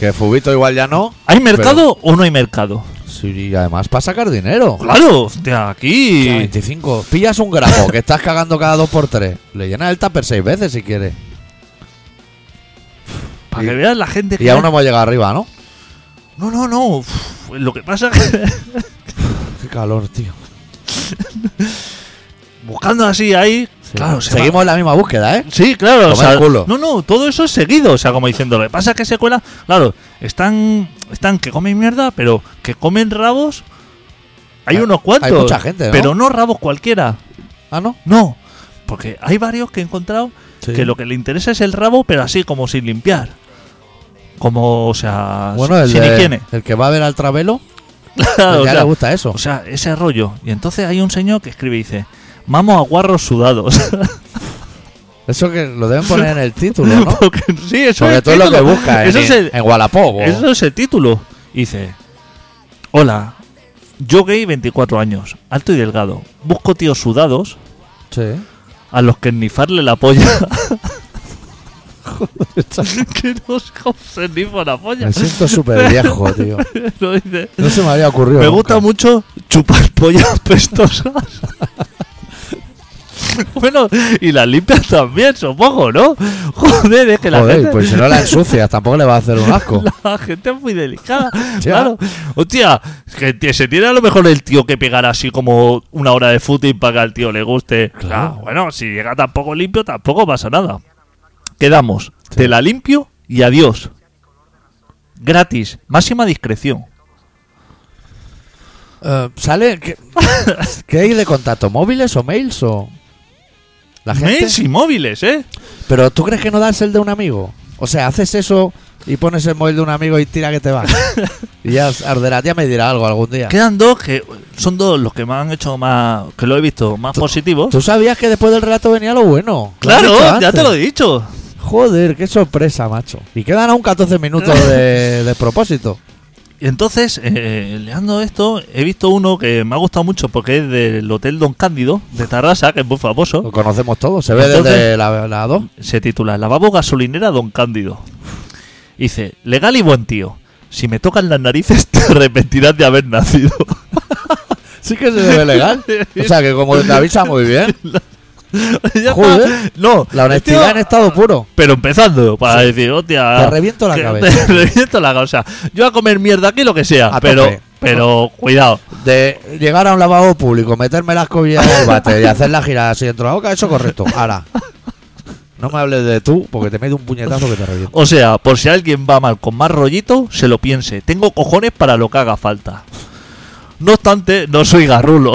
S1: Que Fubito igual ya no.
S2: ¿Hay mercado o no hay mercado?
S1: Sí, y además para sacar dinero.
S2: Claro, hostia, aquí.
S1: Hostia, 25. Pillas un gramo que estás cagando cada dos por tres. Le llenas el tupper seis veces si quieres.
S2: Para que veas la gente
S1: Y
S2: que.
S1: aún no hemos llegado arriba, ¿no?
S2: No, no, no. Uf, lo que pasa es que. *laughs*
S1: Qué calor, tío.
S2: buscando así ahí. Claro, se va-
S1: Seguimos en la misma búsqueda, ¿eh?
S2: Sí, claro. o
S1: Comer
S2: sea,
S1: culo.
S2: No, no, todo eso es seguido. O sea, como diciendo, lo que pasa es que se cuela. Claro, están, están que comen mierda, pero que comen rabos. Hay
S1: Hay-
S2: unos cuantos.
S1: hay mucha gente, ¿no?
S2: Pero no rabos cualquiera.
S1: Ah, ¿no?
S2: No. Porque hay varios que he encontrado
S1: Sí.
S2: que lo que le interesa es el rabo, pero así como sin limpiar. Como, o sea,
S1: Bueno,
S2: sin,
S1: el,
S2: sin
S1: de-
S2: higiene.
S1: el que va a ver al travelo,
S2: *laughs* Claro, o
S1: ya
S2: sea,
S1: le gusta eso.
S2: o sea, ese rollo. Y entonces hay un señor que escribe y dice, vamos a guarros sudados.
S1: Eso que lo deben poner en el
S2: *laughs*
S1: título, ¿no?
S2: Porque, sí, eso
S1: Sobre
S2: es
S1: todo lo que
S2: título.
S1: busca eh, en,
S2: Eso es el,
S1: en Wallapop. o-
S2: eso es el título. Y dice, hola, yo gay 24 años, alto y delgado. Busco tíos sudados
S1: Sí.
S2: a los que nifarle la polla.
S1: *laughs*
S2: *laughs* que no se nifa la polla.
S1: Me
S2: *laughs*
S1: siento súper viejo, tío.
S2: No dice,
S1: ¿Ah, No se me había ocurrido.
S2: Me
S1: nunca.
S2: gusta mucho chupar pollas *laughs* pestosas. *laughs* bueno, y las limpias también, supongo, ¿no? *laughs* Joder, es que la
S1: Joder,
S2: gente. *laughs*
S1: pues si no la ensucias, tampoco le va a hacer un asco.
S2: La gente es muy delicada,
S1: *laughs* Ya.
S2: claro. Hostia, que t- se tiene a lo mejor el tío que pegar así como una hora de footing para que al tío le guste.
S1: Claro.
S2: Ah, bueno, si llega tampoco limpio, tampoco pasa nada. Quedamos, te la limpio y adiós. Gratis, máxima discreción.
S1: Eh, ¿Sale? ¿Qué, qué hay de contacto? ¿Móviles o mails o.? La gente.
S2: Mails y móviles, ¿eh?
S1: Pero ¿tú crees que no das el de un amigo? O sea, haces eso y pones el móvil de un amigo y tira que te
S2: *laughs*
S1: va. y ya os arderá. Ya me dirá algo algún día.
S2: Quedan dos que son dos los que me han hecho más, que lo he visto más positivos.
S1: ¿Tú sabías que después del relato venía lo bueno? Lo has dicho
S2: Claro, ya
S1: antes.
S2: te lo he dicho.
S1: Joder, qué sorpresa, macho. Y quedan aún 14
S2: *laughs*
S1: minutos de, de propósito.
S2: Y entonces, eh, leando esto, he visto uno que me ha gustado mucho porque es del Hotel Don Cándido de Tarrasa, que es muy
S1: Lo
S2: famoso.
S1: conocemos todos. Se ve
S2: Entonces-
S1: desde la, la 2.
S2: Se titula Lavabo Gasolinera Don Cándido. Dice, legal y buen tío. Si me tocan las narices *laughs* te arrepentirás de haber nacido. *laughs*
S1: Sí que se ve legal. O sea, que como te avisa muy bien.
S2: Ya está.
S1: Joder.
S2: No,
S1: La
S2: el
S1: honestidad
S2: tío-
S1: en estado puro.
S2: Pero empezando, para decir, hostia.
S1: Te reviento la
S2: que-
S1: cabeza.
S2: *laughs* Te reviento la cabeza. Yo a comer mierda aquí lo que sea.
S1: A
S2: pero,
S1: tope.
S2: pero cuidado.
S1: De llegar a un lavabo público, meterme las cobillas en el bate y hacer la girada así dentro de la boca, eso correcto. Ahora. No me hables de tú, porque te meto un puñetazo que te reviento.
S2: O sea, por si alguien va mal con más rollito, se lo piense. Tengo cojones para lo que haga falta. No obstante, no soy garrulo.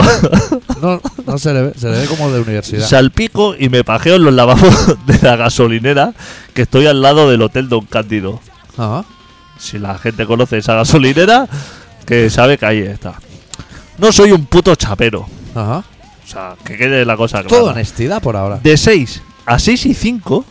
S1: No, no se le ve, se le ve como de universidad.
S2: Salpico y me pajeo en los lavabos *laughs* de la gasolinera que estoy al lado del Hotel Don Cándido.
S1: Ajá.
S2: Si la gente conoce esa gasolinera, que sabe que ahí está. No soy un puto chapero.
S1: Ajá.
S2: O sea, que quede la cosa
S1: Toda
S2: clara.
S1: honestidad por ahora.
S2: De 6 a 6 y 5.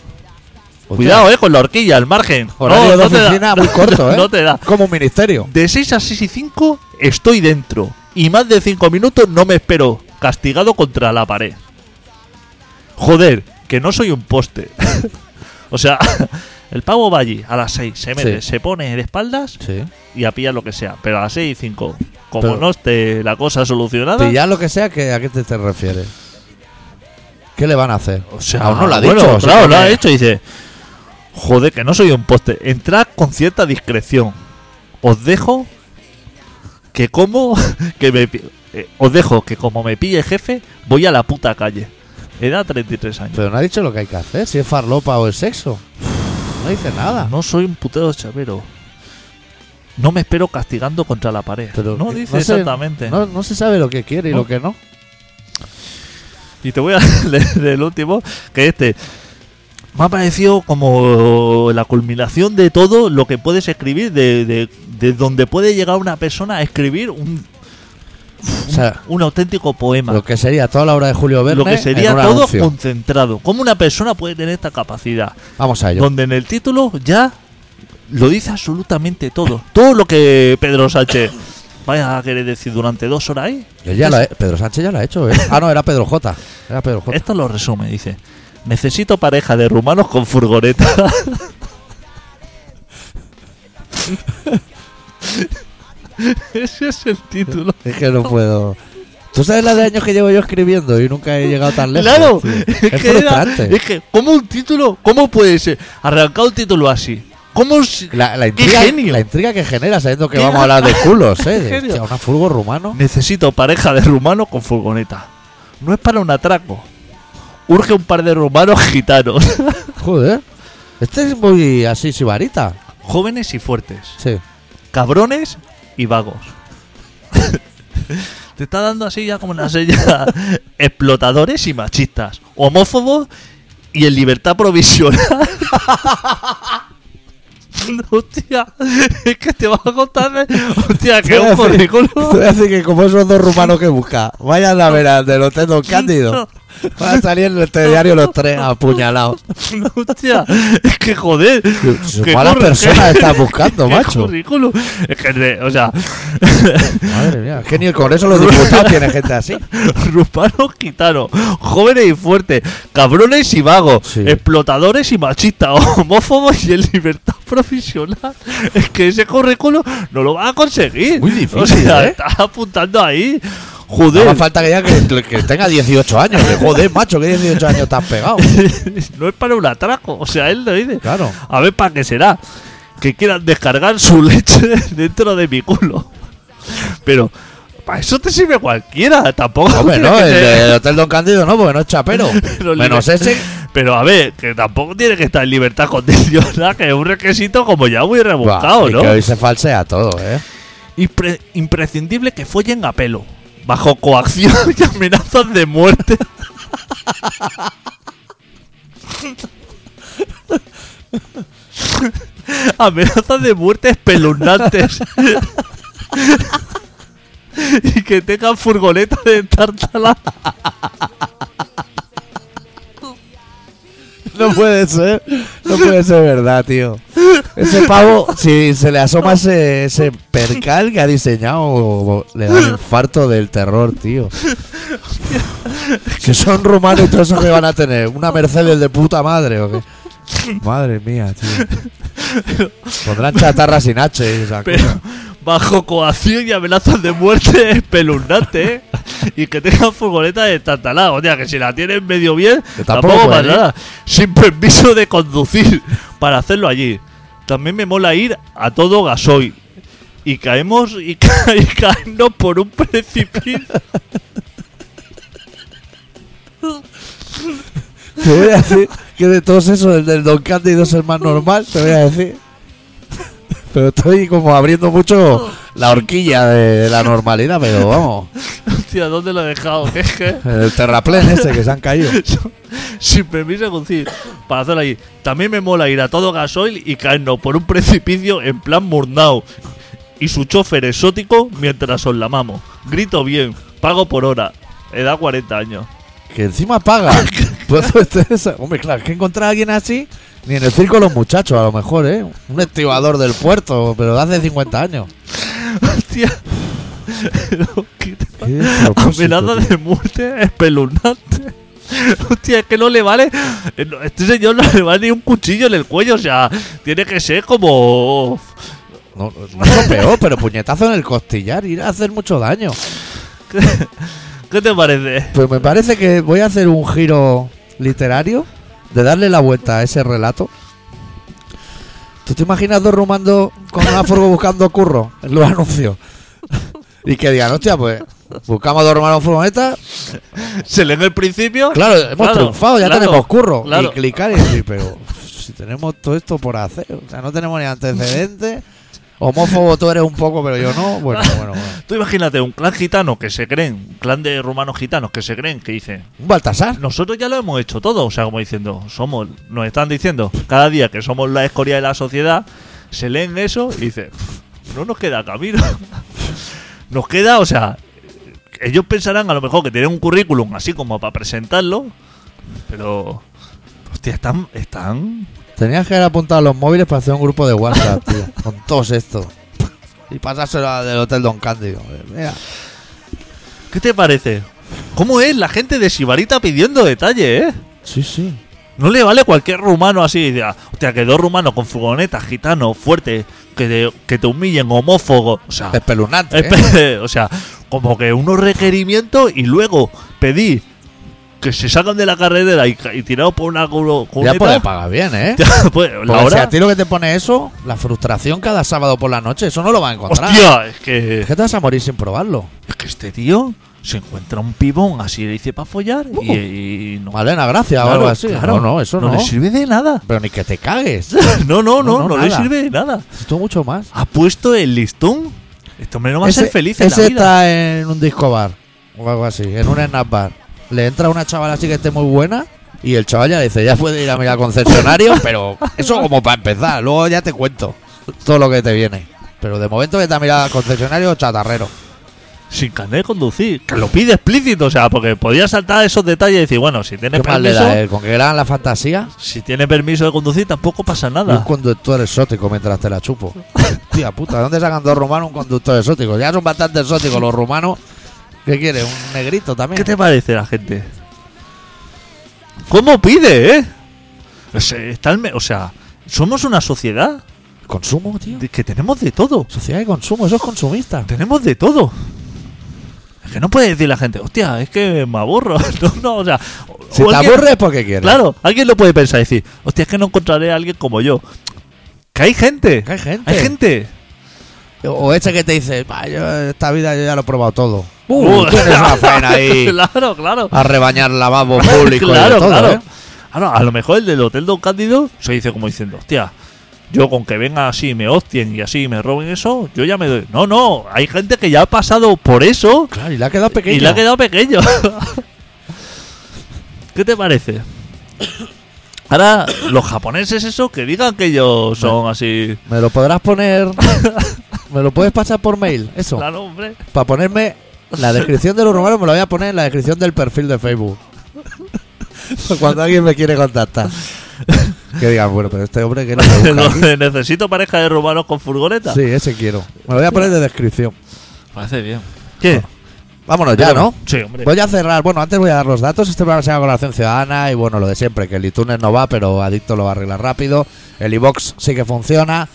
S1: Hostia,
S2: Cuidado, eh, con la horquilla, al margen.
S1: Horario
S2: No, no
S1: de
S2: te da-
S1: oficina muy
S2: no- *laughs*
S1: corto, ¿eh?
S2: No te da.
S1: Como un ministerio.
S2: De 6 a 6 y 5 estoy dentro. Y más de 5 minutos no me espero. Castigado contra la pared. Joder, que no soy un poste. *laughs* o sea, *laughs* el pavo va allí a las 6, se mete,
S1: Sí.
S2: se pone de espaldas
S1: Sí.
S2: y a pillar lo que sea. Pero a las 6 y 5, como
S1: Pero-
S2: no esté la cosa solucionada.
S1: Pillar lo que sea, que, ¿a qué te, te refieres? ¿Qué le van a hacer?
S2: O sea,
S1: aún no lo ha
S2: bueno,
S1: dicho. Ah, o sea
S2: claro, lo ha
S1: que-
S2: hecho y dice: Joder, que no soy un poste. Entrad con cierta discreción. Os dejo que como. *laughs* que me pi- eh, Os dejo que como me pille el jefe, voy a la puta calle. Era 33 años.
S1: Pero no ha dicho lo que hay que hacer, si es farlopa o el sexo. No dice nada.
S2: No soy un putero chavero. No me espero castigando contra la pared.
S1: Pero eh,
S2: no
S1: que-
S2: dice
S1: se-
S2: exactamente.
S1: No, no se sabe lo que quiere y
S2: No.
S1: lo que no.
S2: Y te voy a *laughs* leer el último, que este. Me ha parecido como la culminación de todo lo que puedes escribir, de, de- de donde puede llegar una persona a escribir un,
S1: O sea,
S2: un auténtico poema.
S1: lo que sería toda la obra de Julio Verne.
S2: Lo que sería
S1: en un
S2: todo
S1: anuncio.
S2: concentrado. ¿Cómo una persona puede tener esta capacidad?
S1: Vamos a ello.
S2: Donde en el título ya lo dice absolutamente todo. Todo lo que Pedro Sánchez *coughs* vaya a querer decir durante dos horas ahí.
S1: Yo ya lo he- Pedro Sánchez ya lo ha hecho, ¿eh? Ah, no, era Pedro J. Era Pedro J.
S2: Esto lo resume, dice. Necesito pareja de rumanos con furgoneta. *laughs* Ese es el título.
S1: Es que no puedo. ¿Tú sabes la de años que llevo yo escribiendo y nunca he llegado
S2: *laughs*
S1: tan lejos?
S2: Claro,
S1: tío?
S2: es,
S1: Es
S2: que era-
S1: frustrante.
S2: es que, ¿cómo un título? ¿Cómo puede ser? Arrancar un título así. ¿Cómo si-
S1: La, la
S2: ¡Qué
S1: intriga,
S2: genio!
S1: la intriga que genera sabiendo que
S2: ¡Qué
S1: vamos a hablar de culos,
S2: *laughs*
S1: ¿eh?
S2: ¡Qué
S1: De,
S2: genio!
S1: hostia, una furgo rumano.
S2: Necesito pareja de rumanos con furgoneta. No es para un atraco. Urge un par de rumanos gitanos. *laughs*
S1: Joder. Este es muy así, sibarita.
S2: Jóvenes y fuertes. *laughs*
S1: Sí.
S2: cabrones y vagos. *laughs* Te está dando así ya como una sella *laughs* explotadores y machistas, homófobos y en libertad provisional. *laughs* Hostia, es que te vas a contar. ¿eh? Hostia, que un
S1: *laughs* Te voy
S2: currículum.
S1: a decir que como esos dos rumanos que busca, vayan a ver al del Hotel Don Cándido. Van a salir en el telediario los tres apuñalados.
S2: Hostia, es que joder. qué
S1: malas
S2: curr-
S1: personas
S2: qué- *laughs*
S1: estás buscando,
S2: qué
S1: macho.
S2: currículum. Es que, de- o sea,
S1: Madre mía, es que ni el Congreso de los
S2: *laughs*
S1: Diputados tiene gente así.
S2: Rupanos gitanos, jóvenes y fuertes, cabrones y vagos,
S1: Sí.
S2: explotadores y machistas, *laughs* homófobos y en libertad profesional. Es que ese currículo no lo va a conseguir.
S1: Muy difícil,
S2: O sea,
S1: ¿eh?
S2: estás apuntando ahí.
S1: No
S2: Joder,
S1: hace falta que ya que, que tenga 18 años. que joder, macho, que 18 años estás pegado.
S2: *laughs* no es para un atraco. O sea, él lo dice.
S1: Claro.
S2: A ver, ¿para qué será? Que quieran descargar su *laughs* leche dentro de mi culo. Pero. Para eso te sirve cualquiera,
S1: *laughs*
S2: tampoco.
S1: Hombre,
S2: *laughs* tiene
S1: no,
S2: que
S1: el,
S2: ser-
S1: del Hotel Don Cándido no, porque no es *laughs* chapero.
S2: *laughs* Los
S1: Menos
S2: liber-
S1: ese.
S2: Pero a ver, que tampoco tiene que estar en libertad condicional, que es un requisito como ya muy rebuscado,
S1: Buah, y
S2: ¿no?
S1: Que hoy se falsea todo, ¿eh?
S2: Impre- imprescindible que follen a pelo, bajo coacción y amenazas de muerte. *laughs* amenazas de muerte espeluznantes. *laughs* y que tengan furgoneta de tártala.
S1: No puede ser, no puede ser verdad, tío. Ese pavo, si se le asoma ese, ese percal que ha diseñado, le da el infarto del terror, tío. Que son rumanos y todo eso que van a tener. Una Mercedes de puta madre, ¿o qué? Madre mía, tío. Pondrán chatarra sin H. y esa *laughs*
S2: Pero
S1: cosa.
S2: bajo coacción y amenazas de muerte *laughs* espeluznante, ¿eh? Y que tengan furgoneta de tantalá. O sea, que si la tienen medio bien,
S1: Que tampoco
S2: tampoco,
S1: puede
S2: pasa
S1: ¿eh? ir.
S2: nada. Sin permiso de conducir para hacerlo allí. También me mola ir a todo gasoil. Y caemos y, *laughs* ca- y caernos por un precipicio.
S1: Te voy a decir que de todos esos, el del Don Cándido es el más normal, te voy a decir. Pero estoy como abriendo mucho la horquilla de la normalidad, pero vamos.
S2: *laughs* Hostia, ¿dónde lo he dejado? Que es que
S1: El terraplén ese que se han caído.
S2: sin permiso conducir para hacer ahí. También me mola ir a todo gasoil y caernos por un precipicio en plan murnau. Y su chofer exótico mientras os lamamos. Grito bien, pago por hora. Edad 40 años. *laughs*
S1: Que encima paga. Pues, esto es- Hombre, claro, que encontrar a alguien así, ni en el circo los muchachos, a lo mejor, ¿eh? Un estibador del puerto, pero de hace 50 años.
S2: *laughs* Hostia. Pero, ¿qué te pasa?
S1: Qué despropósito,
S2: Amenaza
S1: tío.
S2: de muerte espeluznante. Hostia, es que no le vale. eh, no, Este señor no le vale ni un cuchillo en el cuello. O sea, tiene que ser como. *laughs*
S1: No, no es lo peor, pero puñetazo en el costillar, ir a hacer mucho daño.
S2: ¿Qué te parece?
S1: Pues me parece que voy a hacer un giro literario de darle la vuelta a ese relato. ¿Tú te imaginas dos rumando con una furgo buscando curro en los anuncios? Y que digan, hostia, pues buscamos dos rumanos en furgoneta.
S2: ¿Se lee en el principio?
S1: Claro, hemos
S2: Claro,
S1: triunfado, ya
S2: claro,
S1: tenemos curro.
S2: claro.
S1: Y clicar y decir, pero si tenemos todo esto por hacer, o sea, no tenemos ni antecedentes. Homófobo tú eres un poco, pero yo no. Bueno, bueno,
S2: *laughs*
S1: bueno.
S2: Tú imagínate un clan gitano que se creen, un clan de rumanos gitanos que se creen, que dicen,
S1: Un Baltasar.
S2: nosotros ya lo hemos hecho todo, o sea, como diciendo, somos, nos están diciendo cada día que somos la escoria de la sociedad, se leen eso y dicen, no nos queda camino. *laughs* Nos queda, o sea, ellos pensarán a lo mejor que tienen un currículum así como para presentarlo, pero, hostia, están, están
S1: Tenías que haber apuntado los móviles para hacer un grupo de
S2: *laughs*
S1: WhatsApp, tío. Con todos estos. Y pasárselo al del Hotel Don Cándido. Mira,
S2: ¿Qué te parece? ¿Cómo es la gente de Sibarita pidiendo detalle, eh?
S1: sí, sí.
S2: No le vale cualquier rumano así. y diga, Hostia, que dos rumanos con furgonetas, gitanos, fuertes, que te, que te humillen, homófogos. O sea,
S1: Espeluznante. ¿eh?
S2: espe- *laughs* o sea, como que unos requerimientos y luego pedí que se salgan de la carretera y, ca- y tirados por una culo-
S1: Ya puede
S2: cuneta.
S1: pagar bien, ¿eh?
S2: *laughs* Ya, pues, la
S1: Porque si
S2: hora.
S1: a ti lo que te pone eso, la frustración cada sábado por la noche, eso no lo va a encontrar.
S2: Hostia, es que,
S1: Es que te vas a morir sin probarlo.
S2: es que este tío se encuentra un pibón así le dice para follar y,
S1: Uh.
S2: y no.
S1: Malena, gracias o
S2: Claro,
S1: algo así.
S2: claro,
S1: no, no, eso no.
S2: No le sirve de nada. *laughs*
S1: Pero ni que te cagues.
S2: No, no, no,
S1: No,
S2: no,
S1: no,
S2: le
S1: nada.
S2: sirve de nada.
S1: Esto mucho más.
S2: ha puesto el listón. Este hombre no va a ser feliz en
S1: ese
S2: la vida.
S1: está en un disco bar o algo así, en un snap bar. Le entra una chavala así que esté muy buena y el chaval ya le dice, ya puede ir a mirar al
S2: *laughs*
S1: concesionario, pero eso como para empezar, luego ya te cuento todo lo que te viene. Pero de momento vete a mirar al concesionario chatarrero.
S2: Sin carnet de conducir. Que lo pide explícito, o sea, porque podía saltar esos detalles y decir, bueno, si
S1: ¿Qué
S2: tiene
S1: más le da
S2: permiso,
S1: él? ¿Con que le dan la fantasía?
S2: si tiene permiso de conducir tampoco pasa
S1: Y un
S2: nada.
S1: conductor exótico mientras te la
S2: *laughs*
S1: chupo. Tía puta, ¿de ¿dónde sacan dos rumanos un conductor exótico? Ya son bastante exóticos los rumanos. ¿Qué quiere? ¿Un negrito también?
S2: ¿Qué te parece la gente? ¿Cómo pide, eh? O sea, está el me- o sea, somos una sociedad
S1: ¿Consumo, tío?
S2: de- que tenemos de todo.
S1: Sociedad de consumo, eso es consumista.
S2: Tenemos de todo. Es que no puede decir la gente, hostia, es que me aburro. *laughs* No, no, o sea, o-
S1: Si
S2: o
S1: te
S2: alguien-
S1: aburres, porque quieres.
S2: Claro, alguien lo puede pensar y decir, hostia, es que no encontraré a alguien como yo. Que hay gente.
S1: Que hay gente.
S2: Hay gente.
S1: O ese que te dice, "Bah, yo, esta vida yo ya lo he probado todo.
S2: Uh,
S1: tienes
S2: *laughs*
S1: una faena ahí.
S2: claro, claro.
S1: A rebañar
S2: *laughs*
S1: lavabo público y de
S2: claro,
S1: todo,
S2: claro.
S1: ¿eh?
S2: Ahora, a lo mejor el del Hotel Don Cándido se dice como diciendo, hostia, yo con que venga así y me hostien y así y me roben eso, yo ya me doy. No, no, hay gente que ya ha pasado por eso
S1: Claro, y le ha quedado pequeño.
S2: y le ha quedado pequeño. *laughs* ¿Qué te parece? Ahora, los japoneses, eso, que digan que ellos son así.
S1: Me lo podrás
S2: *laughs*
S1: poner... me lo puedes pasar por mail, eso. *laughs*
S2: Claro, hombre.
S1: Para ponerme... La descripción de los romanos me lo voy a poner en la descripción del perfil de
S2: *laughs*
S1: Facebook. Cuando alguien me quiere contactar. Que digan, bueno, pero este hombre que no
S2: *laughs*
S1: me busca aquí.
S2: Lo- Necesito pareja de rumanos con furgoneta.
S1: Sí, ese quiero. Me lo voy a poner de descripción.
S2: Parece bien. ¿Qué?
S1: Vámonos ya, ¿no? Pues-
S2: Sí, hombre.
S1: Voy a cerrar, bueno, antes voy a dar los datos. Este programa se llama Colaboración Ciudadana y bueno, lo de siempre, que el iTunes no va, pero Adicto lo va a arreglar rápido. El iBox sí que funciona.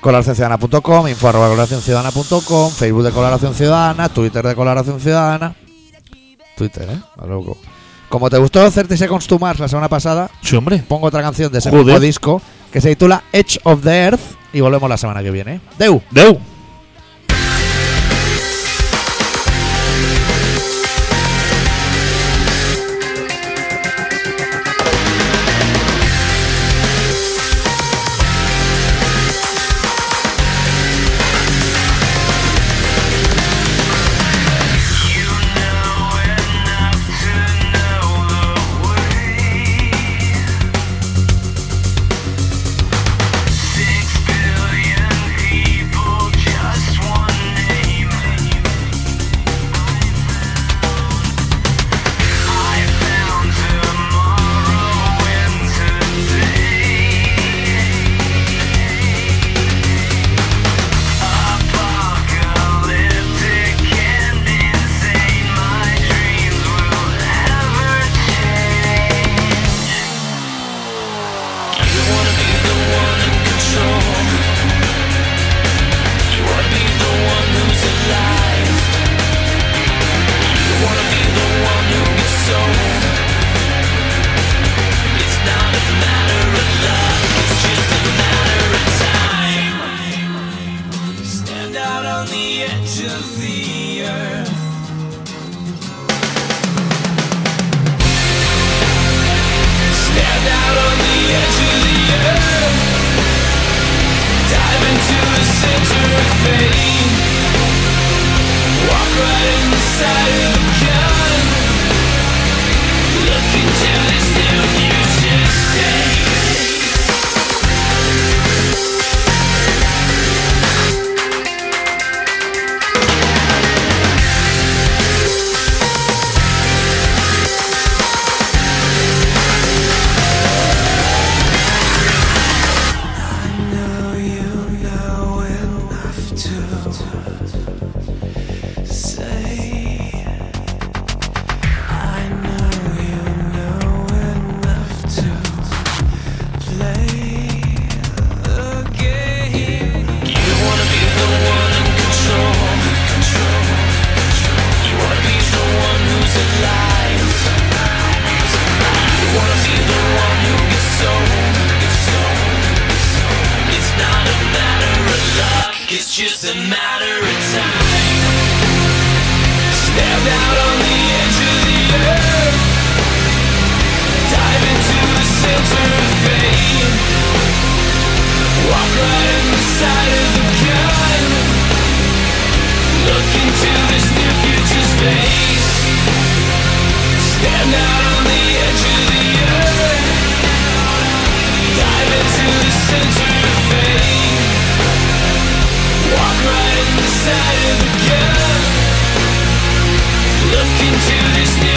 S1: Colaboracionciudadana.com, info arroba colaboracionciudadana.com, Facebook de Colaboración Ciudadana, Twitter de Colaboración Ciudadana. Twitter, ¿eh? A loco. Como te gustó Certi Seconds to Mars la semana pasada,
S2: Sí, hombre.
S1: pongo otra canción de ese
S2: Joder.
S1: mismo disco que se titula Edge of the Earth y volvemos la semana que viene. Deu.
S2: Deu.
S5: Thank just a matter of time. Step out on the edge of the earth. Dive into the center of fate. Walk right in the side of the gun. Look into this near future's face. Stand out on the edge of the earth. Dive into the center of fate. Walk right in the side of the gun. Look into this new